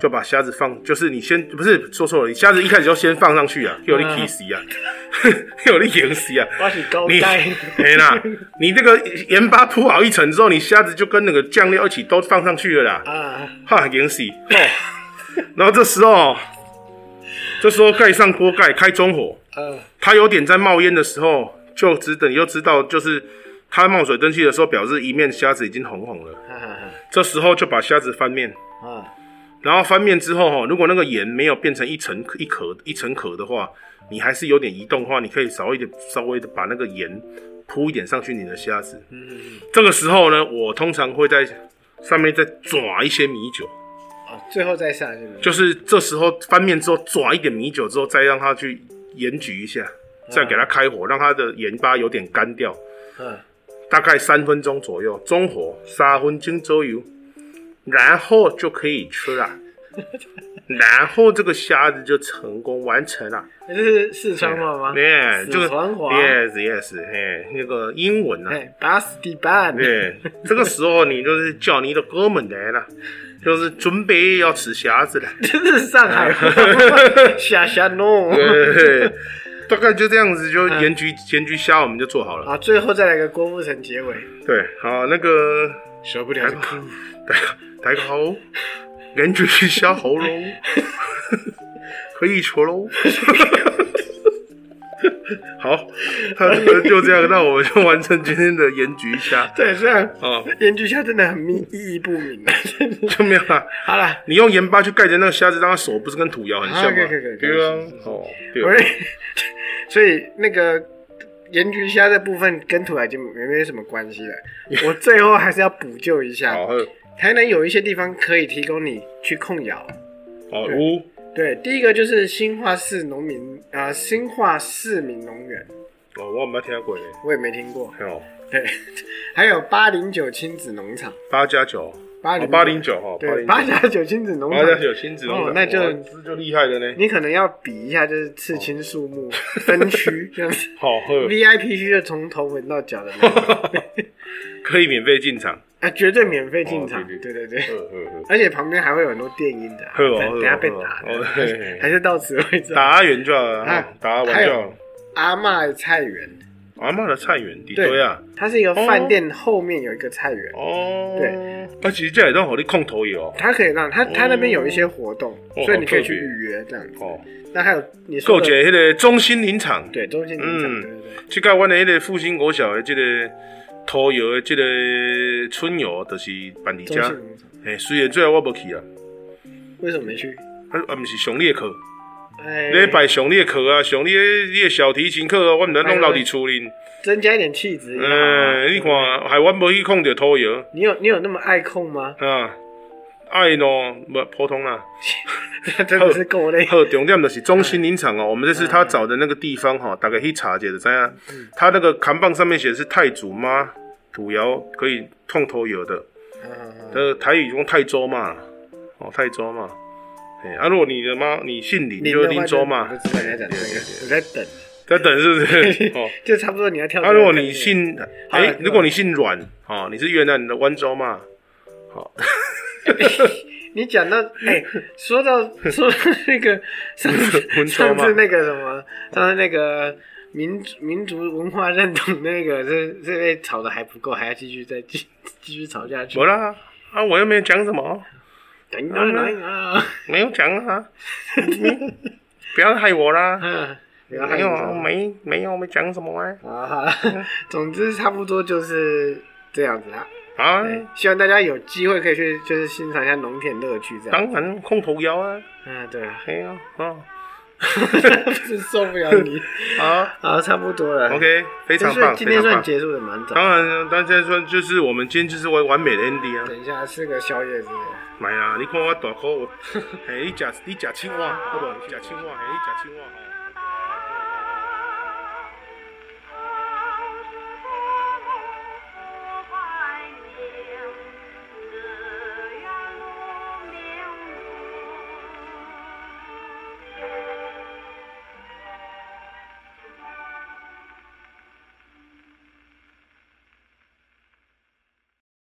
Speaker 1: 就把虾子放，就是你先不是说错了，你虾子一开始就先放上去啊，有你
Speaker 2: 嗯
Speaker 1: K C 啊， 有你演 C 啊，
Speaker 2: 我是高
Speaker 1: 你
Speaker 2: 钙，
Speaker 1: 没啦，你这个盐巴铺好一层之后，你虾子就跟那个酱料一起都放上去了啦，
Speaker 2: 啊，
Speaker 1: 哈，严死哦。然后这时候，这时候盖上锅盖，开中火，
Speaker 2: 呃，
Speaker 1: 它有点在冒烟的时候，就只等你就知道，就是它冒水蒸气的时候，表示一面虾子已经红红了。
Speaker 2: 哈哈
Speaker 1: 这时候就把虾子翻面，
Speaker 2: 哈，啊，
Speaker 1: 然后翻面之后哈，如果那个盐没有变成一层一壳一层壳的话，你还是有点移动的话，你可以稍微的稍微的把那个盐铺一点上去你的虾子。
Speaker 2: 嗯，
Speaker 1: 这个时候呢，我通常会在上面再抓一些米酒，
Speaker 2: 啊，最后再下是不是？
Speaker 1: 就是这时候翻面之后抓一点米酒之后，再让它去盐焗一下，再给它开火，让它的盐巴有点干掉，
Speaker 2: 嗯，
Speaker 1: 大概三分钟左右，中火杀分钟左右，然后就可以吃 了。然后这个虾子就成功完成了。
Speaker 2: 这是四川话吗？
Speaker 1: 耶，
Speaker 2: 四
Speaker 1: 这个
Speaker 2: 川话
Speaker 1: yes yes，哎，那个英文呢、
Speaker 2: 哎，打死地板，
Speaker 1: 对，这个时候你就是叫你的哥们来 了，就是准备要吃虾子了。
Speaker 2: 真的是上海话，瞎瞎弄
Speaker 1: 对，大概就这样子，
Speaker 2: 嗯
Speaker 1: 就盐焗盐焗虾我们就做好了。
Speaker 2: 啊！最后再来个郭富城结尾，
Speaker 1: 对，好，那个
Speaker 2: 受不了了，
Speaker 1: 大家 大家好，盐焗虾好喽， 可以吃喽。 好，那这个就这样，那我们就完成今天的盐焗虾
Speaker 2: 对，虽然
Speaker 1: 哦，
Speaker 2: 盐焗虾真的很密意义不明啊，真的
Speaker 1: 就没有了。
Speaker 2: 好了，
Speaker 1: 你用盐巴去盖着那个虾子，让它手不是跟土窑很像吗？
Speaker 2: 啊可以可以可以
Speaker 1: 对啊，哦，对
Speaker 2: 我
Speaker 1: 啊，
Speaker 2: 是 所以那个盐焗虾这部分跟土耳其没没什么关系了。我最后还是要补救一下，
Speaker 1: 好，还有
Speaker 2: 台南有一些地方可以提供你去控窑。
Speaker 1: 好五
Speaker 2: 对，第一个就是新化市农民啊、呃新化市民农园，
Speaker 1: 哦，我没听过嘞，
Speaker 2: 我也没听过。
Speaker 1: 还有
Speaker 2: 对，还有八零九亲子农场，
Speaker 1: 八加九，
Speaker 2: 809
Speaker 1: 哦八零九哈，
Speaker 2: 对，八
Speaker 1: 八
Speaker 2: 加九亲子农场
Speaker 1: 八，加九新子龙
Speaker 2: 哦
Speaker 1: 岗，
Speaker 2: 那就
Speaker 1: 哇这就厉害了呢。
Speaker 2: 你可能要比一下，就是刺青数目、
Speaker 1: 哦
Speaker 2: 分区这样子。
Speaker 1: 好，还有
Speaker 2: VIP 区就从头闻到脚的那 种，
Speaker 1: 可以免费进场，
Speaker 2: 啊，绝对免费进场，
Speaker 1: 哦对
Speaker 2: 对
Speaker 1: 对
Speaker 2: 对对。
Speaker 1: 呵呵呵
Speaker 2: 而且旁边还会有很多电音的，
Speaker 1: 呵哦
Speaker 2: 等
Speaker 1: 呵哦
Speaker 2: 等下被打
Speaker 1: 呵
Speaker 2: 的
Speaker 1: 哦嘿嘿，
Speaker 2: 还是到此为止。
Speaker 1: 打圆就好了，
Speaker 2: 啊
Speaker 1: 哦打完就好了。
Speaker 2: 阿嬷的菜园，
Speaker 1: 哦阿嬷的菜园伫
Speaker 2: 对
Speaker 1: 对啊，
Speaker 2: 它是一个饭店后面有一个菜园，
Speaker 1: 哦，
Speaker 2: 对，
Speaker 1: 啊，其实这也当互你空头油哦，
Speaker 2: 它可以让它它那边有一些活动，
Speaker 1: 哦
Speaker 2: 所以你可以
Speaker 1: 好特别
Speaker 2: 去预约这样子。
Speaker 1: 哦，
Speaker 2: 那还有
Speaker 1: 还有
Speaker 2: 你说
Speaker 1: 一
Speaker 2: 的
Speaker 1: 个迄个中心林场，
Speaker 2: 对中心广场，
Speaker 1: 嗯
Speaker 2: 对对对，
Speaker 1: 即个阮的迄个复兴国小的即个土窑的即个春游，就是办伫
Speaker 2: 中心
Speaker 1: 遮。
Speaker 2: 广场
Speaker 1: 嘿，虽然最后我无去啊，
Speaker 2: 为什么没去？
Speaker 1: 啊啊，毋是上你的课，
Speaker 2: 哎，
Speaker 1: 礼拜上你的课啊，上你的你的小提琴课啊，我毋知拢留伫厝
Speaker 2: 哎
Speaker 1: 里。
Speaker 2: 增加一点气质也好啊。
Speaker 1: 嗯，你看，害我无去控着土窑
Speaker 2: 你有你有那么爱控吗？
Speaker 1: 啊，爱喏，无普通啦。
Speaker 2: 真的是够累。
Speaker 1: 好，重点就是中心林场哦，我们这次他找的那个地方哈、哦大概去查一下就知样。他那个扛棒上面写的是太祖妈土窑可以控头油的，
Speaker 2: 嗯
Speaker 1: 呃，台语用泰州嘛，哦，泰州嘛。哎，啊，如果你的妈你姓林，就
Speaker 2: 的
Speaker 1: 是
Speaker 2: 话
Speaker 1: 林州嘛
Speaker 2: 我，就知道你在讲这个，我在等，
Speaker 1: 在等是不是？哦，
Speaker 2: 就差不多你要跳这
Speaker 1: 啊，
Speaker 2: 个概念。
Speaker 1: 如果你姓
Speaker 2: 好
Speaker 1: 哎
Speaker 2: 了，
Speaker 1: 如果你姓阮，哦，你是越南的温州嘛，
Speaker 2: 你讲到哎、说到说到那个上次
Speaker 1: 文州
Speaker 2: 上
Speaker 1: 嘛
Speaker 2: 次那个什么，上次那个民族民族文化认同那个，这这被吵的还不够，还要继续再继继续吵下去
Speaker 1: 没。啦，啊，我又没有讲什么，
Speaker 2: 等等等啊！
Speaker 1: 没有讲 啊，不要害我啦，
Speaker 2: 不要害
Speaker 1: 没有啊，
Speaker 2: 我
Speaker 1: 没没有没讲什么啊。
Speaker 2: 啊！好了总之差不多就是这样子啦。
Speaker 1: 啊，
Speaker 2: 对希望大家有机会可以去，就是欣赏一下农田乐趣这样。
Speaker 1: 当然空头摇啊，
Speaker 2: 嗯，对啊，
Speaker 1: 嘿啊，哦，
Speaker 2: 真受不了你。
Speaker 1: 好
Speaker 2: 好，差不多了。
Speaker 1: 啊，OK，非
Speaker 2: 哎这
Speaker 1: 常
Speaker 2: 算
Speaker 1: 棒，
Speaker 2: 今
Speaker 1: 非
Speaker 2: 天
Speaker 1: 常
Speaker 2: 算
Speaker 1: 棒。
Speaker 2: 结束的蛮早。
Speaker 1: 当然，大家说就是我们今天就是完完美的 ND 啊，
Speaker 2: 等一下吃个宵夜之类的。
Speaker 1: 买啊，你看我大口，我，嘿，你吃你吃青蛙，好不好？你吃青蛙，嘿，你吃青蛙。哦